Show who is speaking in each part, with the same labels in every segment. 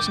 Speaker 1: 什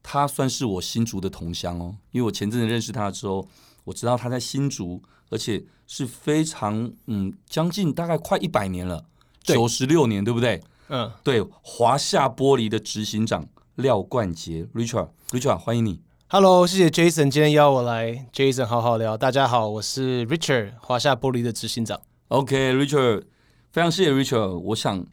Speaker 2: 他算是我新竹的同乡哦，因为我前阵子认识他之后，我知道他在新竹，而且是非常嗯，将近大概快一百年了，
Speaker 3: 对
Speaker 2: 九十六年，对不对？
Speaker 3: 嗯，
Speaker 2: 对，华夏玻璃的执行长廖冠杰 Richard，Richard，欢迎你。
Speaker 3: Hello，谢谢 Jason，今天邀我来 Jason 好好聊。大家好，我是 Richard，华夏玻璃的执行长。
Speaker 2: OK，Richard，、非常谢谢 Richard。我想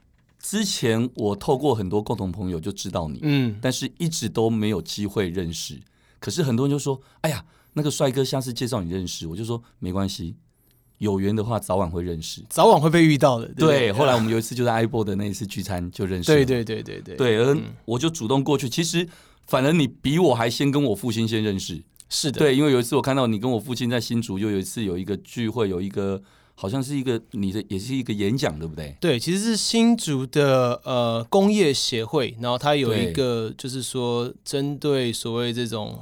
Speaker 2: 之前我透过很多共同朋友就知道你，
Speaker 3: 嗯，
Speaker 2: 但是一直都没有机会认识。可是很多人就说：“哎呀，那个帅哥下次介绍你认识。”我就说没关系，有缘的话早晚会认识。
Speaker 3: 早晚会被遇到的。对不
Speaker 2: 对，
Speaker 3: 对，
Speaker 2: 后来我们有一次就在 i b o 的那一次聚餐就认识了。
Speaker 3: 对对对对对，嗯
Speaker 2: 对，而我就主动过去。其实，反而你比我还先跟我父亲先认识。
Speaker 3: 是的，
Speaker 2: 对，因为有一次我看到你跟我父亲在新竹，就有一次有一个聚会，有一个好像是一个你的，也是一个演讲，对不对？
Speaker 3: 对，其实是新竹的呃工业协会，然后它有
Speaker 2: 对
Speaker 3: 一个就是说针对所谓这种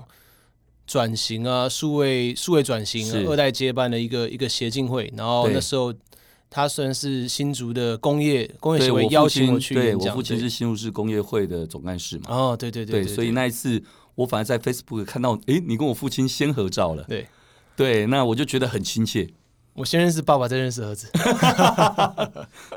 Speaker 3: 转型啊、数位数位转型、
Speaker 2: 是
Speaker 3: 啊、二代接班的一个一个协进会，然后
Speaker 2: 对
Speaker 3: 那时候它算是新竹的工业工业
Speaker 2: 对
Speaker 3: 协
Speaker 2: 我
Speaker 3: 会邀
Speaker 2: 父
Speaker 3: 请
Speaker 2: 亲，
Speaker 3: 我去
Speaker 2: 对
Speaker 3: 演
Speaker 2: 我
Speaker 3: 讲。
Speaker 2: 父亲
Speaker 3: 对
Speaker 2: 是新竹市工业会的总干事嘛。
Speaker 3: 哦，对对对对，
Speaker 2: 所以那一次我反而在 Facebook 看到，诶，你跟我父亲先合照了。
Speaker 3: 对
Speaker 2: 对，那我就觉得很亲 切。
Speaker 3: 我先认识爸爸，再认识儿子。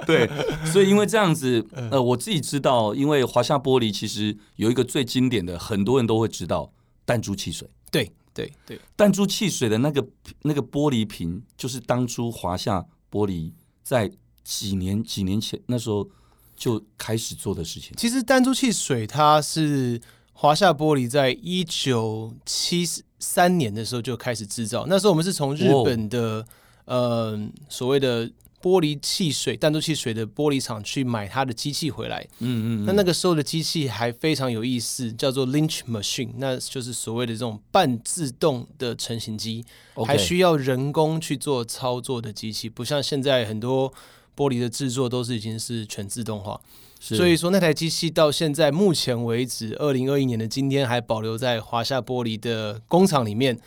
Speaker 2: 对，所以因为这样 子，
Speaker 3: 嗯
Speaker 2: 呃，我自己知道，因为华夏玻璃其实有一个最经典的，很多人都会知道弹珠汽水。
Speaker 3: 对对对，
Speaker 2: 弹珠汽水的那个那个玻璃瓶，就是当初华夏玻璃在几年几年前那时候就开始做的事情。
Speaker 3: 其实弹珠汽水它是华夏玻璃在一九七三年的时候就开始制造，那时候我们是从日本的呃所谓的玻璃汽水弹珠汽水的玻璃厂去买它的机器回来。
Speaker 2: 嗯嗯
Speaker 3: 那那个时候的机器还非常有意思，叫做 Lynch machine，那就是所谓的这种半自动的成型机。
Speaker 2: o k
Speaker 3: 还需要人工去做操作的机器，不像现在很多玻璃的制作都是已经是全自动化。
Speaker 2: 是
Speaker 3: 所以说，那台机器到现在目前为止，二零二一年的今天还保留在华夏玻璃的工厂里面，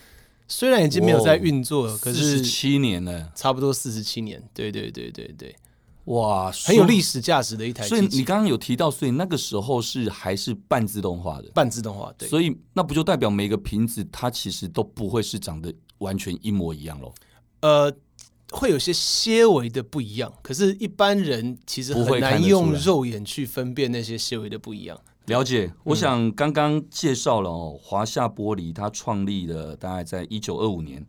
Speaker 3: 虽然已经没有在运作了，可
Speaker 2: 四十
Speaker 3: 是
Speaker 2: 七年了，
Speaker 3: 差不多四十七年，对对对对对，
Speaker 2: 哇，
Speaker 3: 很有
Speaker 2: 史。
Speaker 3: 历史价值的一台
Speaker 2: 所以
Speaker 3: 机
Speaker 2: 你
Speaker 3: 器，
Speaker 2: 刚刚有提到，所以那个时候是还是半自动化的，
Speaker 3: 半自动化，对。
Speaker 2: 所以那不就代表每个瓶子它其实都不会是长得完全一模一样喽？
Speaker 3: 呃，会有些些微的不一样，可是，一般人其实
Speaker 2: 不会
Speaker 3: 很
Speaker 2: 看
Speaker 3: 难
Speaker 2: 得出
Speaker 3: 用
Speaker 2: 来
Speaker 3: 肉眼去分辨那些些微的不一样。
Speaker 2: 了解，
Speaker 3: 嗯
Speaker 2: 我想刚刚介绍了哦，华夏玻璃它创立了大概在一九二五年，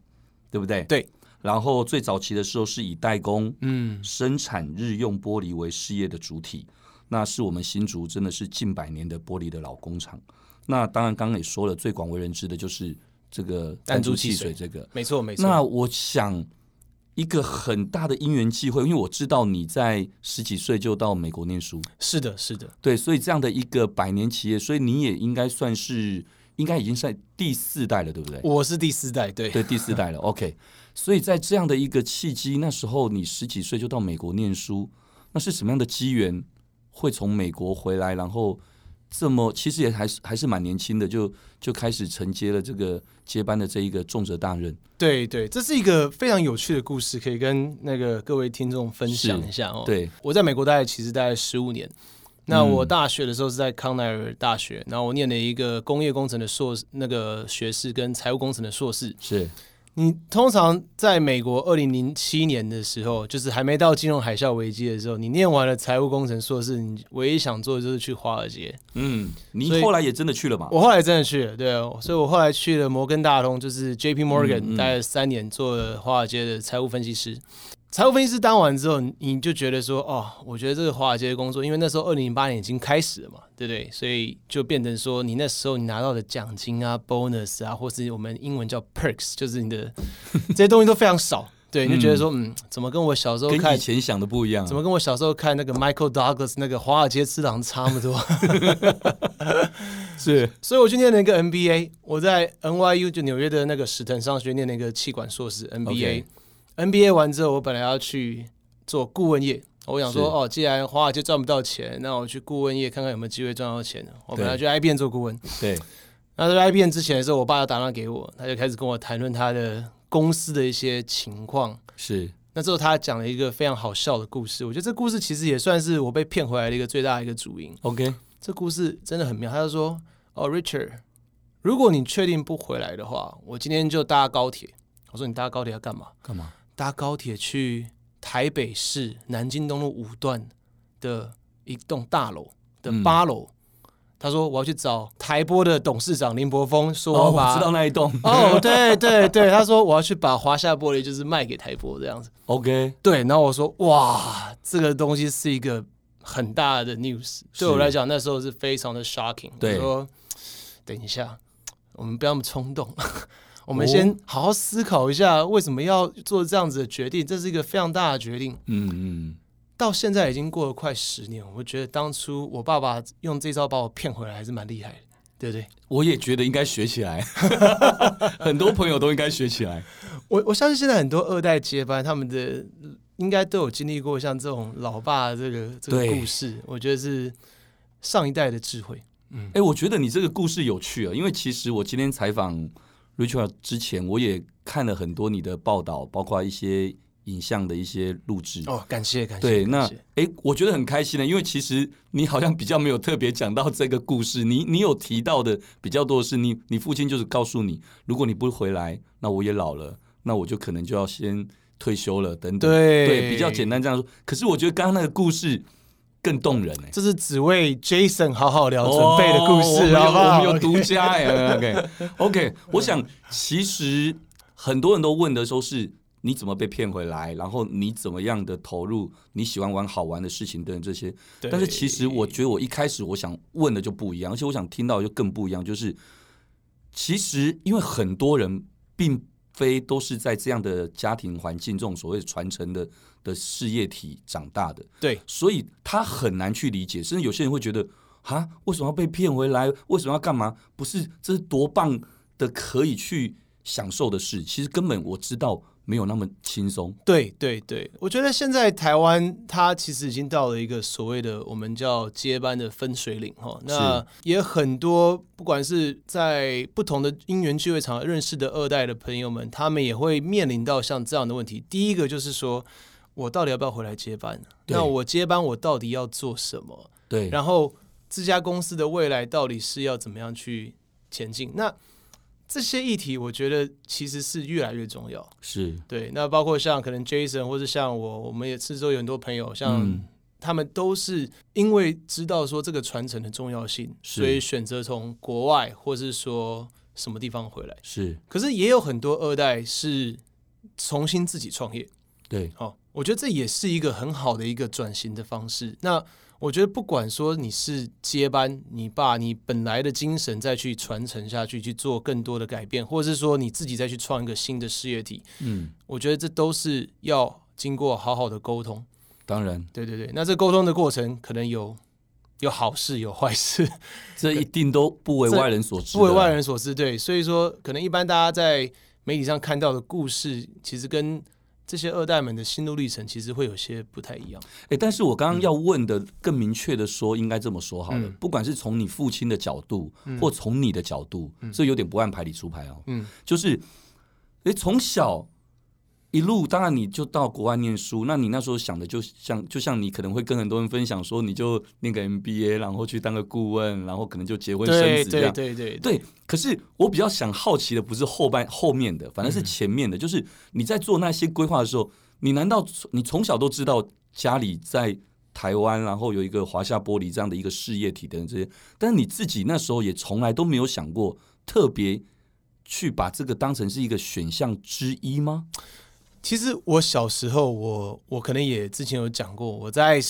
Speaker 2: 对不对？
Speaker 3: 对。
Speaker 2: 然后最早期的时候是以代工、
Speaker 3: 嗯，
Speaker 2: 生产日用玻璃为事业的主体，那是我们新竹真的是近百年的玻璃的老工厂。那当然，刚刚也说了，最广为人知的就是这个
Speaker 3: 弹珠汽
Speaker 2: 水
Speaker 3: 水
Speaker 2: 这个。
Speaker 3: 没错没错。
Speaker 2: 那我想一个很大的因缘际会，因为我知道你在十几岁就到美国念书，
Speaker 3: 是的，是的，
Speaker 2: 对，所以这样的一个百年企业，所以你也应该算是，应该已经在第四代了，对不对？
Speaker 3: 我是第四代，对，
Speaker 2: 对，第四代了。OK，所以在这样的一个契机，那时候你十几岁就到美国念书，那是什么样的机缘会从美国回来，然后这么其实也还是还是蛮年轻的，就就开始承接了这个接班的这一个重责大任。
Speaker 3: 对对，这是一个非常有趣的故事，可以跟那个各位听众分享一下哦。，
Speaker 2: 对，嗯
Speaker 3: 我在美国大概其实大概十五年。那我大学的时候是在康奈尔大学，然后我念了一个工业工程的硕士，那个学士跟财务工程的硕士。
Speaker 2: 是
Speaker 3: 你通常在美国二零零七年的时候，就是还没到金融海啸危机的时候，你念完了财务工程硕士，你唯一想做的就是去华尔街。
Speaker 2: 嗯，你
Speaker 3: 所以
Speaker 2: 后来也真的去了嘛？
Speaker 3: 我后来真的去了，对啊，所以我后来去了摩根大通，就是 J P Morgan，、待了
Speaker 2: 嗯
Speaker 3: 三年，做了华尔街的财务分析师。财务分析师当完之后，你你就觉得说，哦，我觉得这个华尔街的工作，因为那时候二零零八年已经开始了嘛，对不对？所以就变成说，你那时候你拿到的奖金啊、bonus 啊，或是我们英文叫 perks，就是 你的这些东西都非常少，对，你就觉得说，嗯，怎么跟我小时候
Speaker 2: 跟
Speaker 3: 看
Speaker 2: 以前想的不一样啊。
Speaker 3: 怎么跟我小时候看那个 Michael Douglas 那个《华尔街之狼》差不多？
Speaker 2: 是
Speaker 3: 所以我去念了一个 MBA，我在 NYU 就纽约的那个史腾商学念了一个气管硕士 MBA。MBA 完之后，我本来要去做顾问业，我想说
Speaker 2: 是
Speaker 3: 哦，既然华尔街赚不到钱，那我去顾问业看看有没有机会赚到钱。我本来去
Speaker 2: 对
Speaker 3: IBM 做顾问，
Speaker 2: 对，
Speaker 3: 那在 IBM 之前的时候，我爸就打电话给我，他就开始跟我谈论他的公司的一些情况。
Speaker 2: 是
Speaker 3: 那之后他讲了一个非常好笑的故事，我觉得这故事其实也算是我被骗回来的一个最大的一个主因。
Speaker 2: OK，
Speaker 3: 这故事真的很妙。他就说：“哦，Richard，如果你确定不回来的话，我今天就搭高铁。”我说：“你搭高铁要干嘛？
Speaker 2: 干嘛？
Speaker 3: 搭高铁去台北市南京东路五段的一栋大楼的
Speaker 2: 嗯
Speaker 3: 八楼。他说：“我要去找台玻的董事长林柏峰，说
Speaker 2: 哦，我
Speaker 3: 我把
Speaker 2: 知道那一栋。
Speaker 3: 哦，对对对，他说我要去把华夏玻璃就是卖给台玻这样子。
Speaker 2: OK，
Speaker 3: 对，然后我说哇，这个东西是一个很大的 news，对我来讲那时候是非常的 shocking。
Speaker 2: 对
Speaker 3: 我说等一下，我们不要那么冲动， 我们先好好思考一下为什么要做这样子的决定，这是一个非常大的决定。
Speaker 2: 嗯嗯，
Speaker 3: 到现在已经过了快十年，我觉得当初我爸爸用这招把我骗回来还是蛮厉害的，对不对？
Speaker 2: 我也觉得应该学起来， 很多朋友都应该学起来。
Speaker 3: 我我相信现在很多二代接班，他们的应该都有经历过像这种老爸这个这个
Speaker 2: 对
Speaker 3: 故事，我觉得是上一代的智慧。
Speaker 2: 哎、我觉得你这个故事有趣啊，因为其实我今天采访 Richard 之前，我也看了很多你的报道，包括一些影像的一些录制。
Speaker 3: 哦，感谢感谢。
Speaker 2: 对，那哎
Speaker 3: 感谢、
Speaker 2: 诶我觉得很开心的，因为其实你好像比较没有特别讲到这个故事，你你有提到的比较多的是你你父亲就是告诉你，如果你不回来，那我也老了，那我就可能就要先退休了等等。
Speaker 3: 对
Speaker 2: 对，比较简单这样说。可是我觉得刚刚那个故事更动人哎、
Speaker 3: 这是只为 Jason 好好聊准备的故
Speaker 2: 哦我们
Speaker 3: 事，好不
Speaker 2: 有我
Speaker 3: 好？
Speaker 2: 们有独家哎，OK OK，我想其实很多人都问的时候是你怎么被骗回来，然后你怎么样的投入，你喜欢玩好玩的事情等等这些。
Speaker 3: 对
Speaker 2: 但是其实我觉得我一开始我想问的就不一样，而且我想听到的就更不一样，就是其实因为很多人并非都是在这样的家庭环境这种所谓传承的的事业体长大的，
Speaker 3: 对
Speaker 2: 所以他很难去理解，甚至有些人会觉得啊，为什么要被骗回来？为什么要干嘛？不是，这是多棒的可以去享受的事。其实根本我知道没有那么轻松。
Speaker 3: 对对对，我觉得现在台湾它其实已经到了一个所谓的我们叫接班的分水岭哈。那也很多，不管是在不同的因缘聚会场合认识的二代的朋友们，他们也会面临到像这样的问题。第一个就是说，我到底要不要回来接班？
Speaker 2: 对
Speaker 3: 那我接班我到底要做什么？
Speaker 2: 对，
Speaker 3: 然后这家公司的未来到底是要怎么样去前进？那这些议题，我觉得其实是越来越重要。
Speaker 2: 是
Speaker 3: 对，那包括像可能 Jason 或者像我，我们也四周有很多朋友，像、
Speaker 2: 嗯
Speaker 3: 他们都是因为知道说这个传承的重要性，
Speaker 2: 是
Speaker 3: 所以选择从国外或是说什么地方回来。
Speaker 2: 是，
Speaker 3: 可是也有很多二代是重新自己创业，
Speaker 2: 对
Speaker 3: 哦，我觉得这也是一个很好的一个转型的方式。那我觉得不管说你是接班，你把你本来的精神再去传承下去，去做更多的改变，或者是说你自己再去创一个新的事业体，
Speaker 2: 嗯，
Speaker 3: 我觉得这都是要经过好好的沟通。
Speaker 2: 当然，
Speaker 3: 对对对，那这沟通的过程可能有有好事有坏事，
Speaker 2: 这一定都不为
Speaker 3: 这
Speaker 2: 外人所知，
Speaker 3: 不为外。人所知。对，所以说可能一般大家在媒体上看到的故事，其实跟这些二代们的心路历程其实会有些不太一样。
Speaker 2: 哎，但是我刚刚要问的更明确的说，应该这么说好了
Speaker 3: 嗯，
Speaker 2: 不管是从你父亲的角度，或从你的角度，这有点不按牌理出牌哦。
Speaker 3: 嗯，
Speaker 2: 就是，哎，从小一路，当然你就到国外念书，那你那时候想的就像，就像你可能会跟很多人分享说，你就念个 MBA，然后去当个顾问，然后可能就结婚生
Speaker 3: 对
Speaker 2: 子这
Speaker 3: 对
Speaker 2: 样。
Speaker 3: 对对
Speaker 2: 对，可是我比较想好奇的不是后半后面的，反正是
Speaker 3: 嗯
Speaker 2: 前面的，就是你在做那些规划的时候，你难道从你从小都知道家里在台湾，然后有一个华夏玻璃这样的一个事业体等等这些，但是你自己那时候也从来都没有想过特别去把这个当成是一个选项之一吗？
Speaker 3: 其实我小时候我，我可能也之前有讲过，我在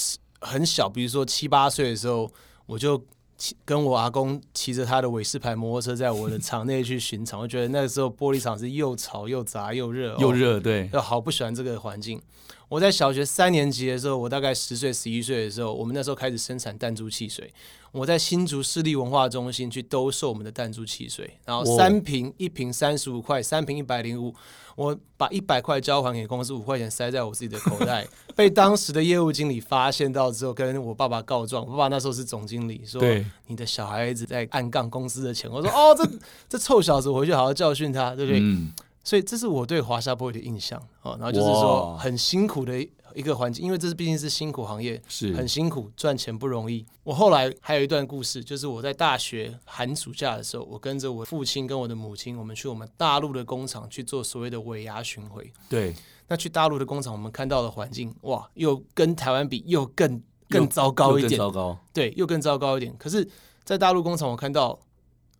Speaker 3: 很小，比如说七八岁的时候，我就骑跟我阿公骑着他的韦氏牌摩托车，在我的场内去巡场。我觉得那个时候玻璃厂是又吵又杂又热，
Speaker 2: 又
Speaker 3: 哦，
Speaker 2: 热对，
Speaker 3: 又好不喜欢这个环境。我在小学三年级的时候，我大概十岁、十一岁的时候，我们那时候开始生产弹珠汽水。我在新竹市立文化中心去兜售我们的弹珠汽水，然后
Speaker 2: 哇
Speaker 3: 三瓶一瓶三十五块，三瓶一百零五。我把一百块交还给公司，五块钱塞在我自己的口 袋，被当时的业务经理发现到之后，跟我爸爸告状。我爸爸那时候是总经理，说
Speaker 4: 对
Speaker 3: 你的小孩子在暗杠公司的钱。我说哦，这 这臭小子，我回去好好教训他，对不对？
Speaker 2: 嗯，
Speaker 3: 所以这是我对华夏 boy 的印象哦，然后就是说
Speaker 2: 哇
Speaker 3: 很辛苦的一个环境，因为这是毕竟是辛苦行业，
Speaker 2: 是
Speaker 3: 很辛苦，赚钱不容易。我后来还有一段故事，就是我在大学寒暑假的时候，我跟着我父亲跟我的母亲，我们去我们大陆的工厂去做所谓的尾牙巡回。
Speaker 2: 对，
Speaker 3: 那去大陆的工厂，我们看到的环境，哇，又跟台湾比又更 更糟糕一
Speaker 2: 又更
Speaker 3: 点，
Speaker 2: 糟糕，
Speaker 3: 对，又更糟糕一点。可是，在大陆工厂，我看到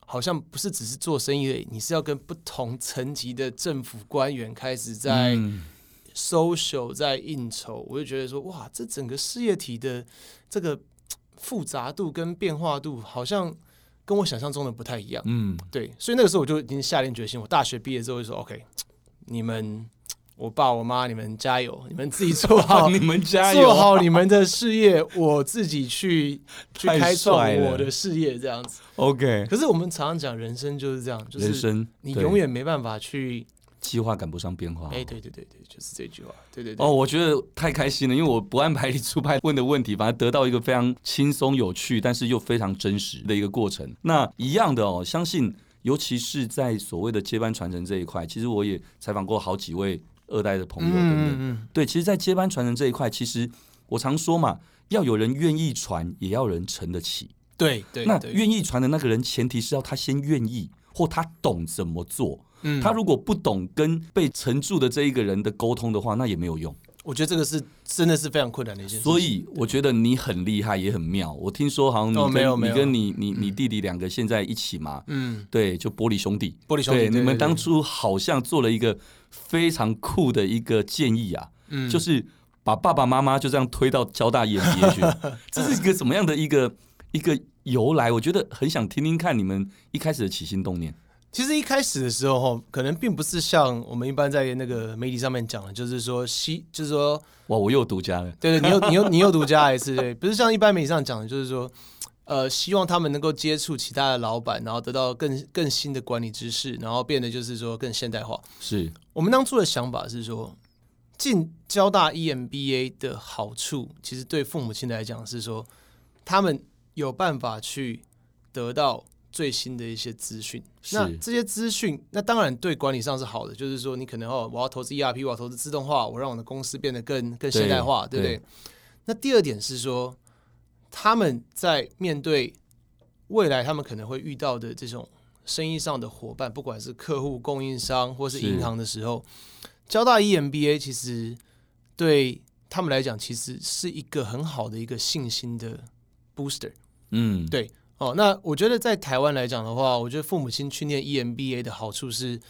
Speaker 3: 好像不是只是做生意而已，你是要跟不同层级的政府官员开始在
Speaker 2: 嗯
Speaker 3: social 在应酬，我就觉得说，哇，这整个事业体的这个嘖复杂度跟变化度，好像跟我想象中的不太一样。
Speaker 2: 嗯，
Speaker 3: 对，所以那个时候我就已经下定决心，我大学毕业之后就说，OK，嘖你们。嘖我爸我妈，你们加油！你们自己 做好
Speaker 2: 你们加油，
Speaker 3: 做好你们的事业， 我自己去去
Speaker 2: 太
Speaker 3: 开创
Speaker 2: 帅了
Speaker 3: 我的事业，这样子。
Speaker 2: OK，
Speaker 3: 可是我们常常讲，人生就是这样，就
Speaker 2: 人
Speaker 3: 是
Speaker 2: 生
Speaker 3: 你
Speaker 2: 对
Speaker 3: 永远没办法去。
Speaker 2: 计划赶不上变化。
Speaker 3: 哎、对对对对，就是这句话，对对对。
Speaker 2: 哦，我觉得太开心了，因为我不按牌理出牌问的问题，反而得到一个非常轻松、有趣，但是又非常真实的一个过程。那一样的哦，相信尤其是在所谓的接班传承这一块，其实我也采访过好几位二代的朋友等等。
Speaker 3: 嗯，
Speaker 2: 对，其实，在接班传承这一块，其实我常说嘛，要有人愿意传，也要有人承得起。
Speaker 3: 对对
Speaker 2: 那
Speaker 3: 对，
Speaker 2: 愿意传的那个人，前提是要他先愿意，或他懂怎么做。
Speaker 3: 嗯
Speaker 2: 他如果不懂跟被承住的这一个人的沟通的话，那也没有用。
Speaker 3: 我觉得这个是真的是非常困难的一件事情。
Speaker 2: 所以我觉得你很厉害，也很妙。我听说好像你
Speaker 3: 哦
Speaker 2: 跟、
Speaker 3: 没有没嗯
Speaker 2: 你
Speaker 3: 有
Speaker 2: 跟你你你弟弟两个现在一起嘛，
Speaker 3: 嗯，
Speaker 2: 对，就玻璃兄弟。
Speaker 3: 玻璃兄弟，对
Speaker 2: 你们
Speaker 3: 对
Speaker 2: 当初好像做了一个非常酷的一个建议啊，
Speaker 3: 嗯
Speaker 2: 就是把爸爸妈妈就这样推到交大演别 去，这是一个怎么样的一个一个由来？我觉得很想听听看你们一开始的起心动念。
Speaker 3: 其实一开始的时候，哈，可能并不是像我们一般在那个媒体上面讲的，就是说西，就是说
Speaker 2: 哇，我又有独家了，
Speaker 3: 对对，你又你又你又独家一次，对，不是像一般媒体上讲的，就是说，呃，希望他们能够接触其他的老板，然后得到更更新的管理知识，然后变得就是说更现代化。
Speaker 2: 是
Speaker 3: 我们当初的想法是说，进交大 E EMBA 的好处，其实对父母亲来讲是说，他们有办法去得到最新的一些资讯。
Speaker 2: 是
Speaker 3: 那这些资讯，那当然对管理上是好的，就是说你可能哦，我要投资 ERP，我要投资自动化，我让我的公司变得更更现代化，对
Speaker 2: 对
Speaker 3: 不对？那第二点是说，他们在面对未来他们可能会遇到的这种生意上的伙伴，不管是客户、供应商或是
Speaker 2: 是
Speaker 3: 银行的时候，交大 E EMBA 其实对他们来讲，其实是一个很好的一个信心的 booster。
Speaker 2: 嗯，
Speaker 3: 对哦，那我觉得在台湾来讲的话，我觉得父母亲去念 E EMBA 的好处是，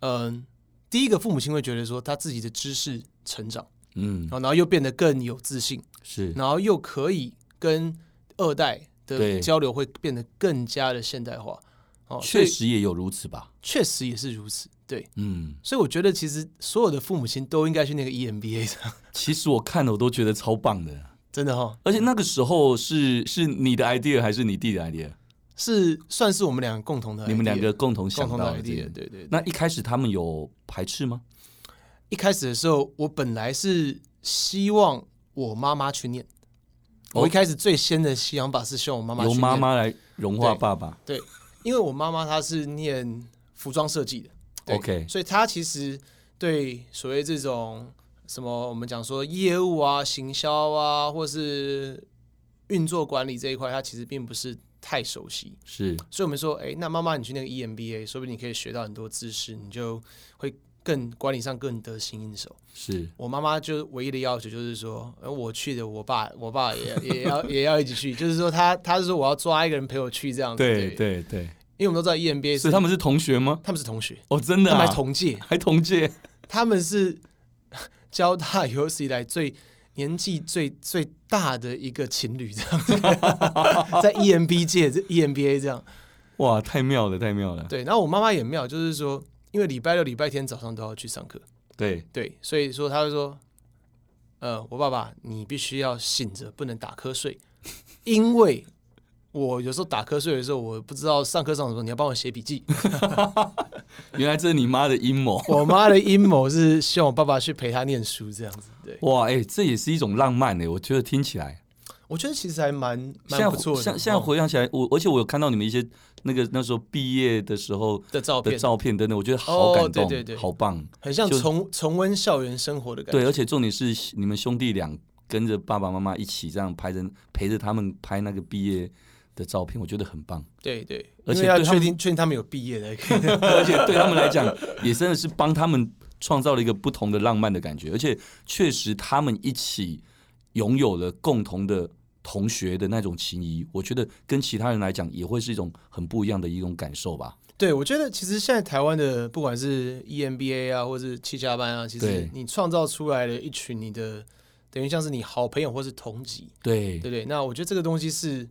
Speaker 3: 嗯、第一个父母亲会觉得说他自己的知识成长，哦
Speaker 2: 嗯
Speaker 3: 然，后然后又变得更有自信，
Speaker 2: 是
Speaker 3: 然后又可以跟二代
Speaker 2: 对
Speaker 3: 的交流会变得更加的现代化。哦，所
Speaker 2: 确
Speaker 3: 以
Speaker 2: 实也有如此吧，
Speaker 3: 确实也是如此。对，
Speaker 2: 嗯。
Speaker 3: 所以我觉得其实所有的父母亲都应该去那个 E EMBA 上，
Speaker 2: 其实我看了，我都觉得超棒的。
Speaker 3: 真的哈、哦，
Speaker 2: 而且那个时候是是你的 idea 还是你弟的 idea？
Speaker 3: 是算是我们两个共同的 idea，
Speaker 2: 你们两个共同
Speaker 3: 呃共
Speaker 2: 想
Speaker 3: 同
Speaker 2: 到
Speaker 3: 的
Speaker 2: 的这
Speaker 3: idea
Speaker 2: 个。
Speaker 3: 对对对。
Speaker 2: 那一开始他们有排斥吗？
Speaker 3: 一开始的时候，我本来是希望我妈妈去念。
Speaker 2: 哦
Speaker 3: 我一开始最先的想法是希望我妈妈去
Speaker 2: 由
Speaker 3: 念，
Speaker 2: 哦妈妈来融化爸爸。
Speaker 3: 对，因为我妈妈她是念服装设计的对
Speaker 2: OK
Speaker 3: 所以她其实对所谓这种什么我们讲说业务啊、行销啊，或是运作管理这一块，她其实并不是太熟悉。
Speaker 2: 是
Speaker 3: 所以我们说，哎、那妈妈你去那个 EMBA，说不定你可以学到很多知识，你就会更管理上更得心应手。
Speaker 2: 是，
Speaker 3: 我妈妈就唯一的要求就是说，呃我去的，我爸我爸也也要 也要一起去，就是说他他是说我要抓一个人陪我去这样子。
Speaker 2: 对对对。
Speaker 3: 因为我们都知道 E EMBA 是
Speaker 2: 所以他们是同学吗？
Speaker 3: 他们是同学，
Speaker 2: 哦，真的
Speaker 3: 他
Speaker 2: 啊，
Speaker 3: 们还同届，
Speaker 2: 还同届。
Speaker 3: 他们是 交大有史以来最年纪最最大的一个情侣这样子， 在 E EMB 界这 EMBA 这样。
Speaker 2: 哇，太妙了，太妙了。
Speaker 3: 对，然后我妈妈也妙，就是说，因为礼拜六礼拜天早上都要去上课，
Speaker 2: 对，
Speaker 3: 对，所以说她就说，呃，我爸爸，你必须要醒着，不能打瞌睡，因为我有时候打瞌睡的时候，我不知道上课上的时候你要帮我写笔记。
Speaker 2: 原来这是你妈的阴谋。
Speaker 3: 我妈的阴谋是希望我爸爸去陪她念书，这样子。对，
Speaker 2: 哇，哎、这也是一种浪漫哎、我觉得听起来
Speaker 3: 我觉得其实还蛮
Speaker 2: 现
Speaker 3: 蛮
Speaker 2: 在
Speaker 3: 不错的。
Speaker 2: 现现在
Speaker 3: 哦
Speaker 2: 回想起来，我而且我有看到你们一些那个那时候毕业的时候
Speaker 3: 的照
Speaker 2: 的
Speaker 3: 片，
Speaker 2: 照片等等，我觉得好感
Speaker 3: 哦对
Speaker 2: 动，
Speaker 3: 对对
Speaker 2: 好棒。
Speaker 3: 很像
Speaker 2: 就
Speaker 3: 重重温校园生活的感觉。
Speaker 2: 对，而且重点是你们兄弟俩跟着爸爸妈妈一起这样拍着陪着他们拍那个毕业的照片，我觉得很棒。
Speaker 3: 对对，
Speaker 2: 而且
Speaker 3: 因为要
Speaker 2: 对他
Speaker 3: 确
Speaker 2: 们
Speaker 3: 定确定他们有毕业的，可以
Speaker 2: 而且对他们来讲，也真的是帮他们创造了一个不同的浪漫的感觉，而且确实他们一起拥有了共同的同学的那种情谊，我觉得跟其他人来讲也会是一种很不一样的一种感受吧。
Speaker 3: 对，我觉得其实现在台湾的不管是 EMBA 啊，或是七加班啊，其实
Speaker 2: 对
Speaker 3: 你创造出来的一群你的，等于像是你好朋友或是同级，
Speaker 2: 对
Speaker 3: 对，不对？那我觉得这个东西是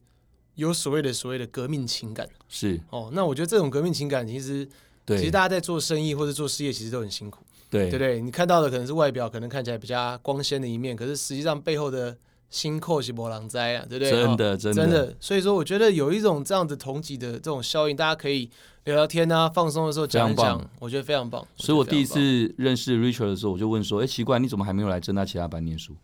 Speaker 3: 有所谓的所谓的革命情感
Speaker 2: 是，
Speaker 3: 哦。那我觉得这种革命情感其实。其实
Speaker 2: 对
Speaker 3: 大，家在做生意或者做事业，其实都很辛苦，
Speaker 2: 对
Speaker 3: 对不，对？你看到的可能是外表，可能看起来比较光鲜的一面，可是实际上背后的辛苦是波浪灾啊，对不对？
Speaker 2: 真
Speaker 3: 哦
Speaker 2: 的，真
Speaker 3: 真
Speaker 2: 的，
Speaker 3: 的，所以说我觉得有一种这样子同级的这种效应，大家可以聊聊天啊，放松的时候讲一
Speaker 2: 非常
Speaker 3: 讲
Speaker 2: 棒，
Speaker 3: 我觉得非常棒。
Speaker 2: 所以我
Speaker 3: 觉得
Speaker 2: 第
Speaker 3: 非
Speaker 2: 一
Speaker 3: 常棒，
Speaker 2: 次认识 Richard 的时候，我就问说：“哎，奇怪，你怎么还没有来正大其他班念书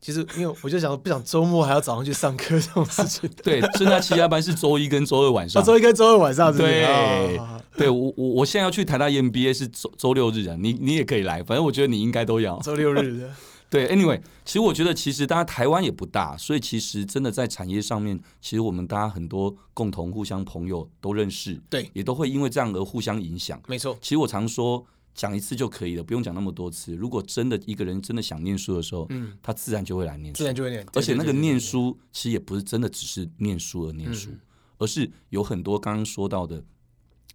Speaker 3: 其实因为我就想不想周末还要早上去上课这种事情，？”
Speaker 2: 对，正大其他班是周一跟周二晚
Speaker 3: 啊，
Speaker 2: 上。
Speaker 3: 周一跟周二晚上是不是
Speaker 2: 对
Speaker 3: 啊好好好
Speaker 2: 对我，我我现在要去台大 MBA 是周周六日啊，你你也可以来，反正我觉得你应该都要。
Speaker 3: 周六日的，
Speaker 2: 对，anyway，其实我觉得，其实大家台湾也不大，所以其实真的在产业上面，其实我们大家很多共同互相朋友都认识，
Speaker 3: 对，
Speaker 2: 也都会因为这样而互相影响。
Speaker 3: 没错，
Speaker 2: 其实我常说，讲一次就可以了，不用讲那么多次。如果真的一个人真的想念书的时候，
Speaker 3: 嗯，
Speaker 2: 他自然就会来念
Speaker 3: 自
Speaker 2: 书，
Speaker 3: 然就会念，
Speaker 2: 而且
Speaker 3: 对
Speaker 2: 那个
Speaker 3: 对对嗯
Speaker 2: 念书其实也不是真的只是念书而念书，而是有很多刚刚说到的。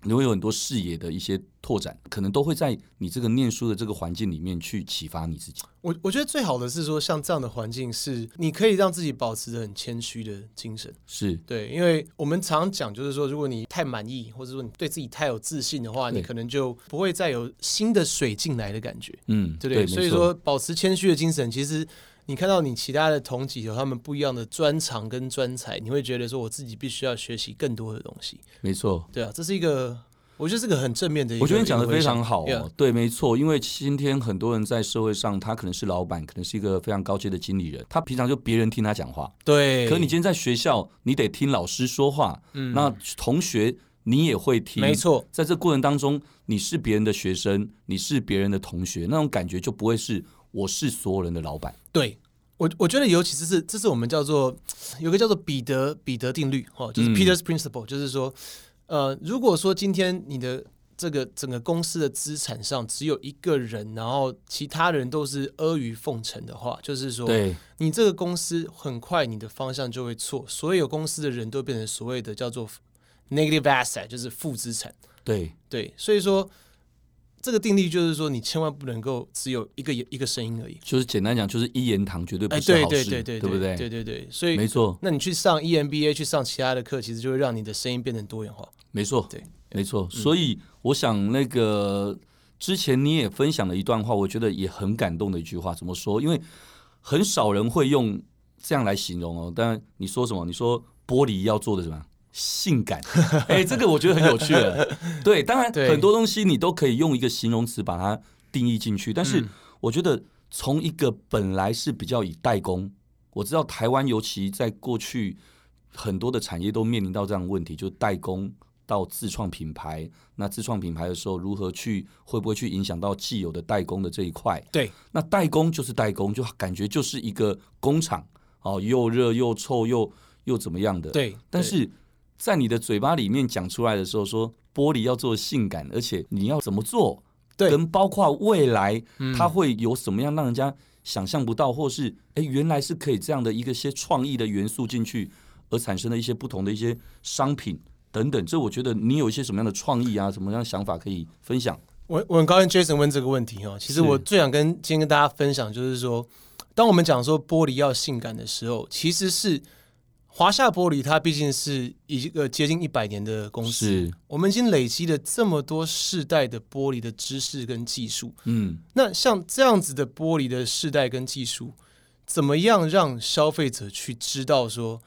Speaker 2: 你会有很多视野的一些拓展，可能都会在你这个念书的这个环境里面去启发你自己。
Speaker 3: 我我觉得最好的是说，像这样的环境是你可以让自己保持着很谦虚的精神。
Speaker 2: 是
Speaker 3: 对，因为我们常讲就是说，如果你太满意，或者说你对自己太有自信的话，
Speaker 2: 对
Speaker 3: 你可能就不会再有新的水进来的感觉，
Speaker 2: 嗯，
Speaker 3: 对不对？
Speaker 2: 没
Speaker 3: 所以
Speaker 2: 错
Speaker 3: 说，保持谦虚的精神，其实你看到你其他的同级有他们不一样的专长跟专才，你会觉得说，我自己必须要学习更多的东西。
Speaker 2: 没错，
Speaker 3: 对啊，这是一个，我觉得是个很正面的一个。
Speaker 2: 我觉得你讲的
Speaker 3: 一个回
Speaker 2: 非
Speaker 3: 响
Speaker 2: 常好、哦
Speaker 3: Yeah
Speaker 2: 对，没错，因为今天很多人在社会上，他可能是老板，可能是一个非常高阶的经理人，他平常就别人听他讲话，
Speaker 3: 对，
Speaker 2: 可你今天在学校，你得听老师说话，
Speaker 3: 哎嗯
Speaker 2: 那同学你也会听，
Speaker 3: 没。错，
Speaker 2: 在这过程当中，你是别人的学生，你是别人的同学，那种感觉就不会是我是所有人的老板。
Speaker 3: 对我，我觉得尤其是是这是我们叫做有个叫做彼得彼得定律哦，就是
Speaker 2: 嗯
Speaker 3: Peter's Principle，、就是说，呃，如果说今天你的这个整个公司的资产上只有一个人，然后其他人都是阿谀奉承的话，就是说，
Speaker 2: 对，
Speaker 3: 你这个公司很快你的方向就会错，所有公司的人都变成所谓的叫做 negative asset，就是负资产。
Speaker 2: 对，
Speaker 3: 对，所以说这个定律就是说，你千万不能够只有一个一个声音而已。
Speaker 2: 就是简单讲，就是一言堂绝对不
Speaker 3: 哎，
Speaker 2: 是
Speaker 3: 对
Speaker 2: 好
Speaker 3: 对
Speaker 2: 事，
Speaker 3: 对对
Speaker 2: 不
Speaker 3: 对
Speaker 2: 对？
Speaker 3: 对对对，所以
Speaker 2: 没错，
Speaker 3: 那你去上 E EMBA，去上其他的课，其实就会让你的声音变得多元化。
Speaker 2: 没错，
Speaker 3: 对，嗯
Speaker 2: 没错，所以我想那个之前你也分享了一段话，我觉得也很感动的一句话，怎么说？因为很少人会用这样来形容哦。但你说什么？你说玻璃要做的什么？性感，哎、这个我觉得很有趣了。对，当然
Speaker 3: 对
Speaker 2: 很多东西你都可以用一个形容词把它定义进去，但是我觉得从一个本来是比较以代工，我知道台湾尤其在过去很多的产业都面临到这样的问题，就是代工到自创品牌。那自创品牌的时候，如何去会不会去影响到既有的代工的这一块？
Speaker 3: 对，
Speaker 2: 那代工就是代工，就感觉就是一个工厂哦，又热又臭又又怎么样的？。
Speaker 3: 对，
Speaker 2: 但
Speaker 3: 对
Speaker 2: 是在你的嘴巴里面讲出来的时候说玻璃要做性感，而且你要怎么做，
Speaker 3: 对嗯
Speaker 2: 跟包括未来它会有什么样让人家想象不到，或是哎原来是可以这样的一个些创意的元素进去，而产生的一些不同的一些商品。等等，这我觉得你有一些什么样的创意啊，什么样的想法可以分享？
Speaker 3: 我我很高兴 Jason 问这个问题哦。其实
Speaker 2: 是
Speaker 3: 我最想跟今天跟大家分享，就是说，当我们讲说玻璃要性感的时候，其实是华夏玻璃它毕竟是一个接近一百年的公司，
Speaker 2: 是，
Speaker 3: 我们已经累积了这么多世代的玻璃的知识跟技术。
Speaker 2: 嗯，
Speaker 3: 那像这样子的玻璃的世代跟技术，怎么样让消费者去知道说，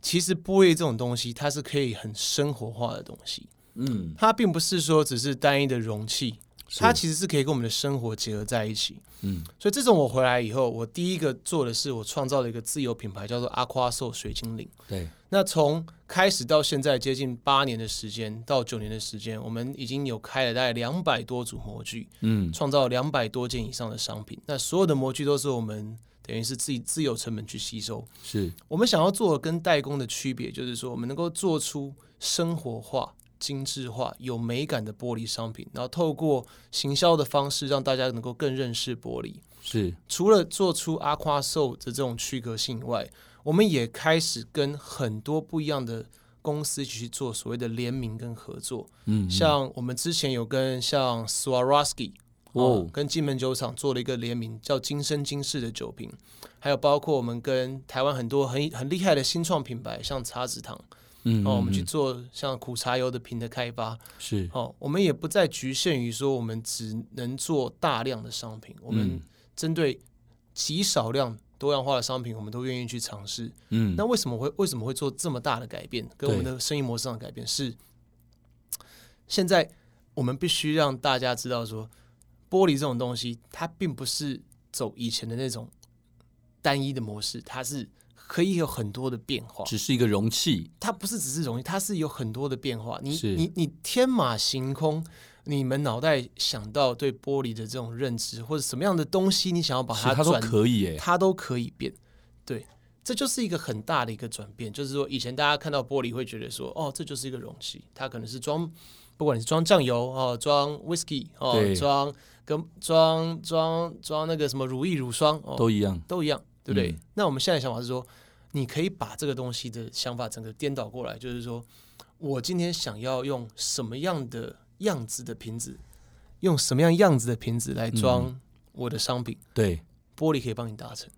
Speaker 3: 其实玻璃这种东西它是可以很生活化的东西，
Speaker 2: 嗯，
Speaker 3: 它并不是说只是单一的容器，
Speaker 2: 是
Speaker 3: 它其实是可以跟我们的生活结合在一起。
Speaker 2: 嗯，
Speaker 3: 所以自从我回来以后，我第一个做的是我创造了一个自有品牌，叫做 Aqua Soul 水精灵。
Speaker 2: 对，
Speaker 3: 那从开始到现在接近八年的时间，到九年的时间，我们已经有开了大概两百多组模具，
Speaker 2: 嗯，
Speaker 3: 创造两百多件以上的商品。那所有的模具都是我们等于是自己自有成本去吸收。
Speaker 2: 是，
Speaker 3: 我们想要做的跟代工的区别，就是说我们能够做出生活化、精致化、有美感的玻璃商品，然后透过行销的方式，让大家能够更认识玻璃。
Speaker 2: 是，
Speaker 3: 除了做出阿夸兽的这种区隔性以外，我们也开始跟很多不一样的公司一起去做所谓的联名跟合作。
Speaker 2: 嗯，
Speaker 3: 像我们之前有跟像 Swarovski 哦
Speaker 2: 哦，，
Speaker 3: 跟金门酒厂做了一个联名，叫“今生今世”的酒瓶，还有包括我们跟台湾很多很很厉害的新创品牌，像茶子堂
Speaker 2: 嗯，
Speaker 3: 哦，我们
Speaker 2: 嗯
Speaker 3: 去
Speaker 2: 嗯
Speaker 3: 做像苦茶油的瓶的开发，
Speaker 2: 是，
Speaker 3: 哦，我们也不再局限于说我们只能做大量的商品，我们
Speaker 2: 嗯
Speaker 3: 针对极少量多样化的商品，我们都愿意去尝试。
Speaker 2: 嗯，
Speaker 3: 那为什么会为什么会做这么大的改变，跟我们
Speaker 2: 对
Speaker 3: 的生意模式上的改变是？现在我们必须让大家知道说，玻璃这种东西，它并不是走以前的那种单一的模式，它是可以有很多的变化。
Speaker 2: 只是一个容器，
Speaker 3: 它不是只是容易，它是有很多的变化。你
Speaker 2: 是
Speaker 3: 你你天马行空，你们脑袋想到对玻璃的这种认知，或者什么样的东西，你想要把
Speaker 2: 是它都
Speaker 3: 转，
Speaker 2: 可以诶，
Speaker 3: 它都可以变。对，这就是一个很大的一个转变。就是说，以前大家看到玻璃会觉得说，哦，这就是一个容器，它可能是装，不管你是装酱油哦，装 whisky 哦
Speaker 2: 对，
Speaker 3: 装跟装装装那个什么乳液、乳霜哦，
Speaker 2: 都一样，
Speaker 3: 都一样，对不对？
Speaker 2: 嗯
Speaker 3: 那我们现在的想法是说，你可以把这个东西的想法整个颠倒过来，就是说我今天想要用什么样的样子的瓶子，用什么样样子的瓶子来装我的商品，
Speaker 2: 对。
Speaker 3: 玻璃可以帮你达成。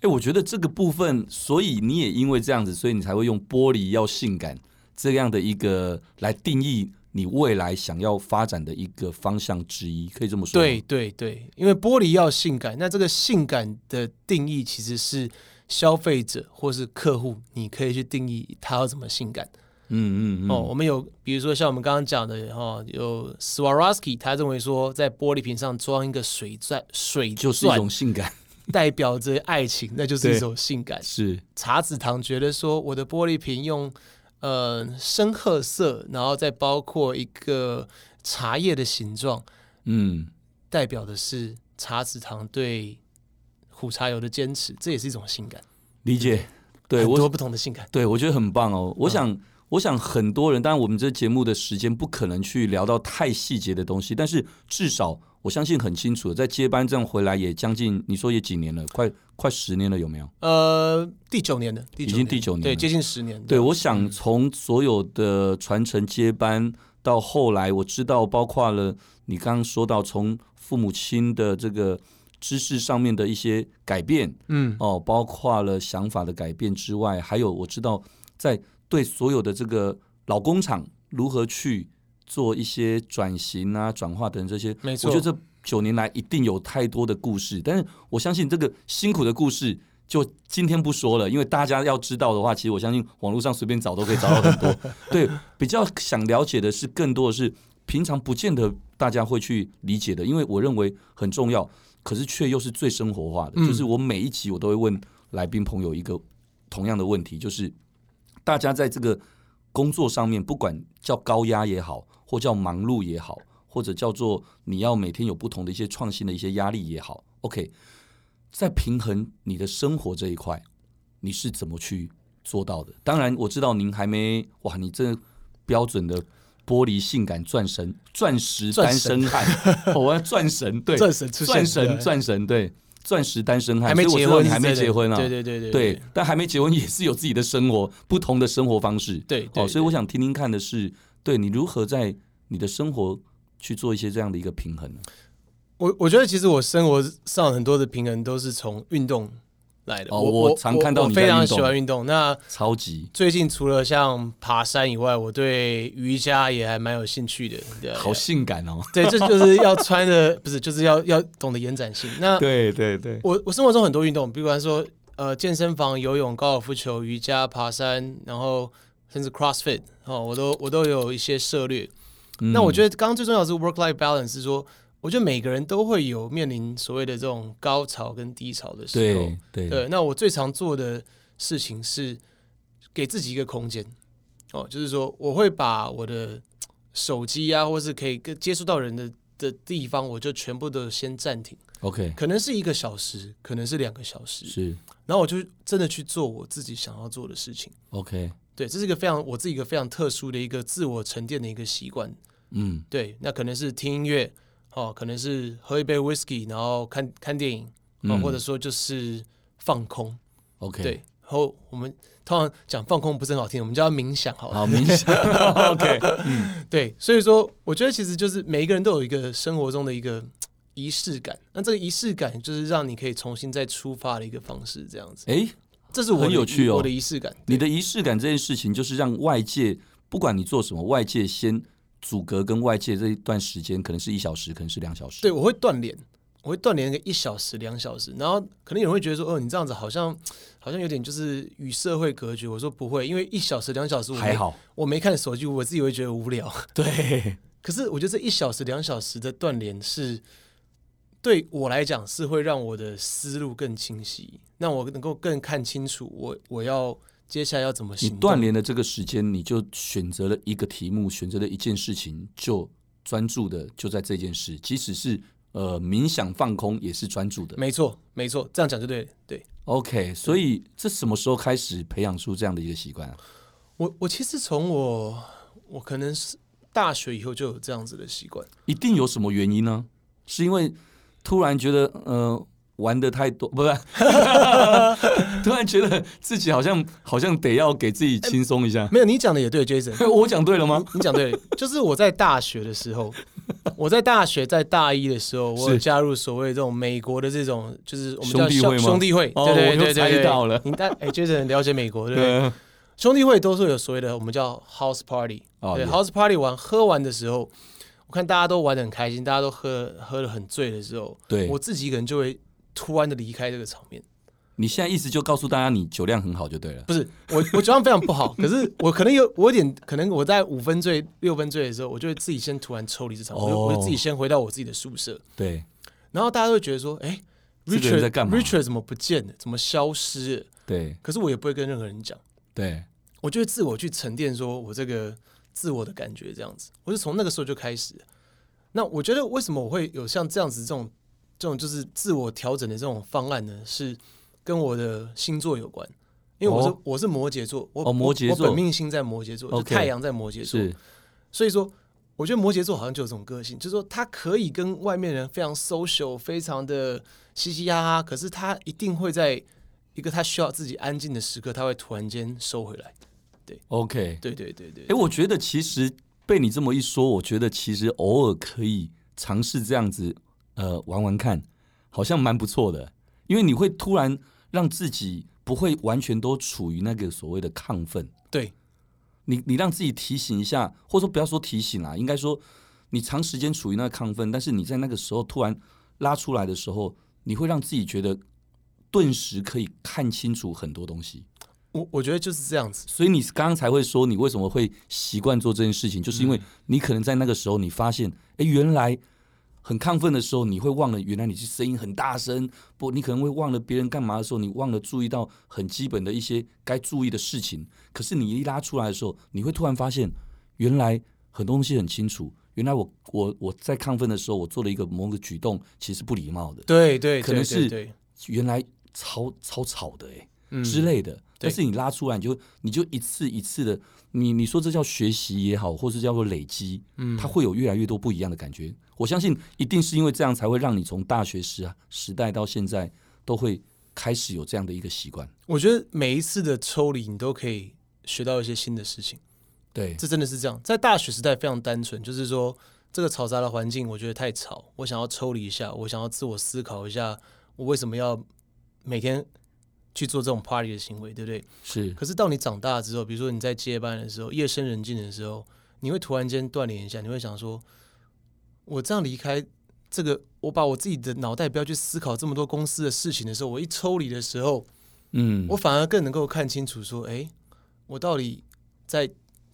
Speaker 2: 哎、我觉得这个部分，所以你也因为这样子，所以你才会用玻璃要性感这样的一个来定义你未来想要发展的一个方向之一，可以这么说吗。
Speaker 3: 对对对，因为玻璃要性感，那这个性感的定义其实是消费者或是客户，你可以去定义它要怎么性感。
Speaker 2: 嗯，嗯嗯，
Speaker 3: 哦，我们有，比如说像我们刚刚讲的哦，有 Swarovski，他认为说在玻璃瓶上装一个水钻，水
Speaker 2: 就是一
Speaker 3: 钻
Speaker 2: 种性感，
Speaker 3: 代表着爱情， 那就是
Speaker 2: 对
Speaker 3: 一种性感。
Speaker 2: 是
Speaker 3: 茶子堂觉得说，我的玻璃瓶用呃深褐色，然后再包括一个茶叶的形状，
Speaker 2: 嗯，
Speaker 3: 代表的是茶子堂对苦茶油的坚持，这也是一种性感，
Speaker 2: 理解。对
Speaker 3: 很
Speaker 2: 我
Speaker 3: 多不嗯同的性感。
Speaker 2: 对，我觉得很棒哦。我想，我想很多人，当然我们这节目的时间不可能去聊到太细节的东西，但是至少我相信很清楚，在接班这样回来也将近，你说也几年了，快快十年了，有没有？
Speaker 3: 呃，第九年的，第
Speaker 2: 已
Speaker 3: 九
Speaker 2: 经第九年
Speaker 3: 对，
Speaker 2: 了
Speaker 3: 接近十年。
Speaker 2: 对，我想从所有的传承接班到后来，我知道包括了你刚刚说到从父母亲的这个知识上面的一些改变，
Speaker 3: 嗯，
Speaker 2: 哦，包括了想法的改变之外，还有我知道在对所有的这个老工厂如何去做一些转型啊、转化等这些，
Speaker 3: 没错
Speaker 2: 我觉得这九年来一定有太多的故事，但是我相信这个辛苦的故事。就今天不说了，因为大家要知道的话，其实我相信网络上随便找都可以找到很 多。对，比较想了解的是，更多的是平常不见得大家会去理解的，因为我认为很重要，可是却又是最生活化的。
Speaker 3: 嗯
Speaker 2: 就是我每一集我都会问来宾朋友一个同样的问题，就是大家在这个工作上面，不管叫高压也好，或叫忙碌也好，或者叫做你要每天有不同的一些创新的一些压力也好，OK，在平衡你的生活这一块，你是怎么去做到的？当然，我知道您还没哇，你这标准的。玻璃性感钻神，钻石单
Speaker 3: 钻神
Speaker 2: 身汉， 哦我要钻神，对，
Speaker 3: 钻神出
Speaker 2: 钻
Speaker 3: 现对
Speaker 2: 神，钻神，对，钻石单身汉，
Speaker 3: 还没
Speaker 2: 所以我
Speaker 3: 结
Speaker 2: 知道
Speaker 3: 婚
Speaker 2: 你
Speaker 3: 是
Speaker 2: 还没
Speaker 3: 真的
Speaker 2: 结婚啊？
Speaker 3: 对对对对
Speaker 2: 对，但还没结婚也是有自己的生活，不同的生活方式。
Speaker 3: 对
Speaker 2: 哦，
Speaker 3: 对
Speaker 2: 所以
Speaker 3: 对
Speaker 2: 我想听听看的是，对你如何在你的生活去做一些这样的一个平衡呢？
Speaker 3: 我我觉得其实我生活上很多的平衡都是从运动来的。
Speaker 2: 哦
Speaker 3: 我
Speaker 2: 我常看到
Speaker 3: 我
Speaker 2: 你在
Speaker 3: 非常
Speaker 2: 运动
Speaker 3: 喜欢运动。那
Speaker 2: 超级
Speaker 3: 最近除了像爬山以外，我对瑜伽也还蛮有兴趣的。对啊
Speaker 2: 好性感哦。
Speaker 3: 对，这就是要穿的，不是就是要要懂得延展性。那
Speaker 2: 对对对，
Speaker 3: 我我生活中很多运动，比方说呃健身房、游泳、高尔夫球、瑜伽、爬山，然后甚至 CrossFit 哦，我都我都有一些涉略。
Speaker 2: 嗯
Speaker 3: 那我觉得刚刚最重要的是 work life balance，是说我觉得每个人都会有面临所谓的这种高潮跟低潮的时候
Speaker 2: 对。对
Speaker 3: 哦对，那我最常做的事情是给自己一个空间哦，就是说我会把我的手机啊，或是可以跟接触到人的的地方，我就全部都先暂停，
Speaker 2: ，OK，
Speaker 3: 可能是一个小时，可能是两个小时，
Speaker 2: 是
Speaker 3: 然后我就真的去做我自己想要做的事情。
Speaker 2: OK，
Speaker 3: 对，这是一个非常我自己一个非常特殊的一个自我沉淀的一个习惯。
Speaker 2: 嗯，
Speaker 3: 对，那可能是听音乐，哦，可能是喝一杯 whisky，然后看看电影，哦，
Speaker 2: 嗯
Speaker 3: 或者说就是放空。
Speaker 2: OK，
Speaker 3: 对，，然后我们通常讲放空不是很好听，我们叫它冥想好了。
Speaker 2: 好冥想 ，OK，
Speaker 3: 对，所以说我觉得其实就是每一个人都有一个生活中的一个嗯仪式感，那这个仪式感就是让你可以重新再出发的一个方式，这样子。
Speaker 2: 哎，
Speaker 3: 这是我
Speaker 2: 很
Speaker 3: 的
Speaker 2: 有
Speaker 3: 仪
Speaker 2: 趣哦
Speaker 3: 我的仪式感。
Speaker 2: 你
Speaker 3: 对
Speaker 2: 的仪式感这件事情，就是让外界不管你做什么，外界先阻隔跟外界这一段时间，可能是一小时，可能是两小时，
Speaker 3: 对，我会断联，我会断联个一小时、两小时，然后可能有人会觉得说，哦，你这样子好像好像有点就是与社会隔绝。我说不会，因为一小时、两小时我没
Speaker 2: 还，好，
Speaker 3: 我没看手机，我自己会觉得无聊。
Speaker 2: 对，
Speaker 3: 可是我觉得这一小时、两小时的断联是对我来讲是会让我的思路更清晰，让我能够更看清楚我我要接下来要怎么
Speaker 2: 你
Speaker 3: 行动。
Speaker 2: 断联的这个时间，你就选择了一个题目，选择了一件事情，就专注的就在这件事，即使是呃冥想放空，也是专注的。
Speaker 3: 没错，没错，这样讲就对了。对
Speaker 2: OK，所以这什么时候开始培养出这样的一个习惯啊？
Speaker 3: 我，我其实从我我可能是大学以后就有这样子的习惯。
Speaker 2: 一定有什么原因呢？是因为突然觉得呃玩的太多，不是？ 突然觉得自己好像好像得要给自己轻松一下。
Speaker 3: 没有，你讲的也对，Jason。
Speaker 2: 我讲对了吗？
Speaker 3: 你讲对了，就是我在大学的时候，我在大学在大一的时候，我有
Speaker 2: 是
Speaker 3: 加入所谓这种美国的这种，就是我们叫
Speaker 2: 兄弟
Speaker 3: 校
Speaker 2: 会吗
Speaker 3: 兄弟会，
Speaker 2: 哦
Speaker 3: 对对
Speaker 2: 我
Speaker 3: 对
Speaker 2: 又
Speaker 3: 对对，
Speaker 2: 猜到了
Speaker 3: 你大哎，Jason 很了解美国，对不对？
Speaker 2: 啊，
Speaker 3: 兄弟会都是有所谓的我们叫 house party，
Speaker 2: 哦
Speaker 3: 对
Speaker 2: 也
Speaker 3: house party 完喝完的时候，我看大家都玩的很开心，大家都喝喝的很醉的时候，
Speaker 2: 对
Speaker 3: 我自己一个人就会突然的离开这个场面。
Speaker 2: 你现在意思就告诉大家你酒量很好就对了。
Speaker 3: 不是我，我酒量非常不好，可是我可能有我有点，可能我在五分醉、六分醉的时候，我就会自己先突然抽离这场，我就
Speaker 2: 哦
Speaker 3: 我就自己先回到我自己的宿舍，
Speaker 2: 对，
Speaker 3: 然后大家都会觉得说，哎、
Speaker 2: 这
Speaker 3: r
Speaker 2: 个人
Speaker 3: i c h a r d
Speaker 2: 在干嘛
Speaker 3: r i c h a r d 怎么不见了？怎么消失了？
Speaker 2: 对，
Speaker 3: 可是我也不会跟任何人讲，
Speaker 2: 对，
Speaker 3: 我就会自我去沉淀，说我这个自我的感觉这样子，我是从那个时候就开始。那我觉得为什么我会有像这样子这种这种就是自我调整的这种方案呢？是跟我的星座有关，因为我是、
Speaker 2: 哦
Speaker 3: 我是摩羯座，我、
Speaker 2: 哦摩羯座
Speaker 3: 我本命星在摩羯座，就
Speaker 2: OK
Speaker 3: 太阳在摩羯座，
Speaker 2: 是
Speaker 3: 所以说。我觉得摩羯座好像就有这种个性，就是说他可以跟外面人非常 social，非常的嘻嘻哈哈，可是他一定会在一个他需要自己安静的时刻，他会突然间收回来。
Speaker 2: OK。
Speaker 3: 对对对对
Speaker 2: 哎，我觉得其实被你这么一说，我觉得其实偶尔可以尝试这样子，呃，玩玩看，好像蛮不错的。因为你会突然让自己不会完全都处于那个所谓的亢奋，
Speaker 3: 对，
Speaker 2: 你你让自己提醒一下，或者说不要说提醒啦，应该说你长时间处于那个亢奋，但是你在那个时候突然拉出来的时候，你会让自己觉得顿时可以看清楚很多东西。
Speaker 3: 我我觉得就是这样子。
Speaker 2: 所以你刚刚才会说你为什么会习惯做这件事情，就是因为你可能在那个时候你发现，哎，原来很亢奋的时候，你会忘了原来你是声音很大声，不，你可能会忘了别人干嘛的时候，你忘了注意到很基本的一些该注意的事情。可是你一拉出来的时候，你会突然发现，原来很多东西很清楚。原来我我我在亢奋的时候，我做了一个某个举动，其实不礼貌的，
Speaker 3: 对对，
Speaker 2: 可能
Speaker 3: 对对
Speaker 2: 是
Speaker 3: 对
Speaker 2: 原来超超吵的哎、诶
Speaker 3: 嗯
Speaker 2: 之类的。但是你拉出来，你就你就一次一次的，你你说这叫学习也好，或是叫做累积，嗯，它会有越来越多不一样的感觉。我相信一定是因为这样，才会让你从大学时啊时代到现在都会开始有这样的一个习惯。
Speaker 3: 我觉得每一次的抽离，你都可以学到一些新的事情。
Speaker 2: 对，
Speaker 3: 这真的是这样，在大学时代非常单纯，就是说这个嘈杂的环境，我觉得太吵，我想要抽离一下，我想要自我思考一下，我为什么要每天去做这种 party 的行为，对不对？
Speaker 2: 是
Speaker 3: 可是到你长大之后，比如说你在接班的时候，夜深人静的时候，你会突然间断联一下，你会想说，我这样离开这个，我把我自己的脑袋不要去思考这么多公司的事情的时候，我一抽离的时候，
Speaker 2: 嗯，
Speaker 3: 我反而更能够看清楚说，哎，我到底在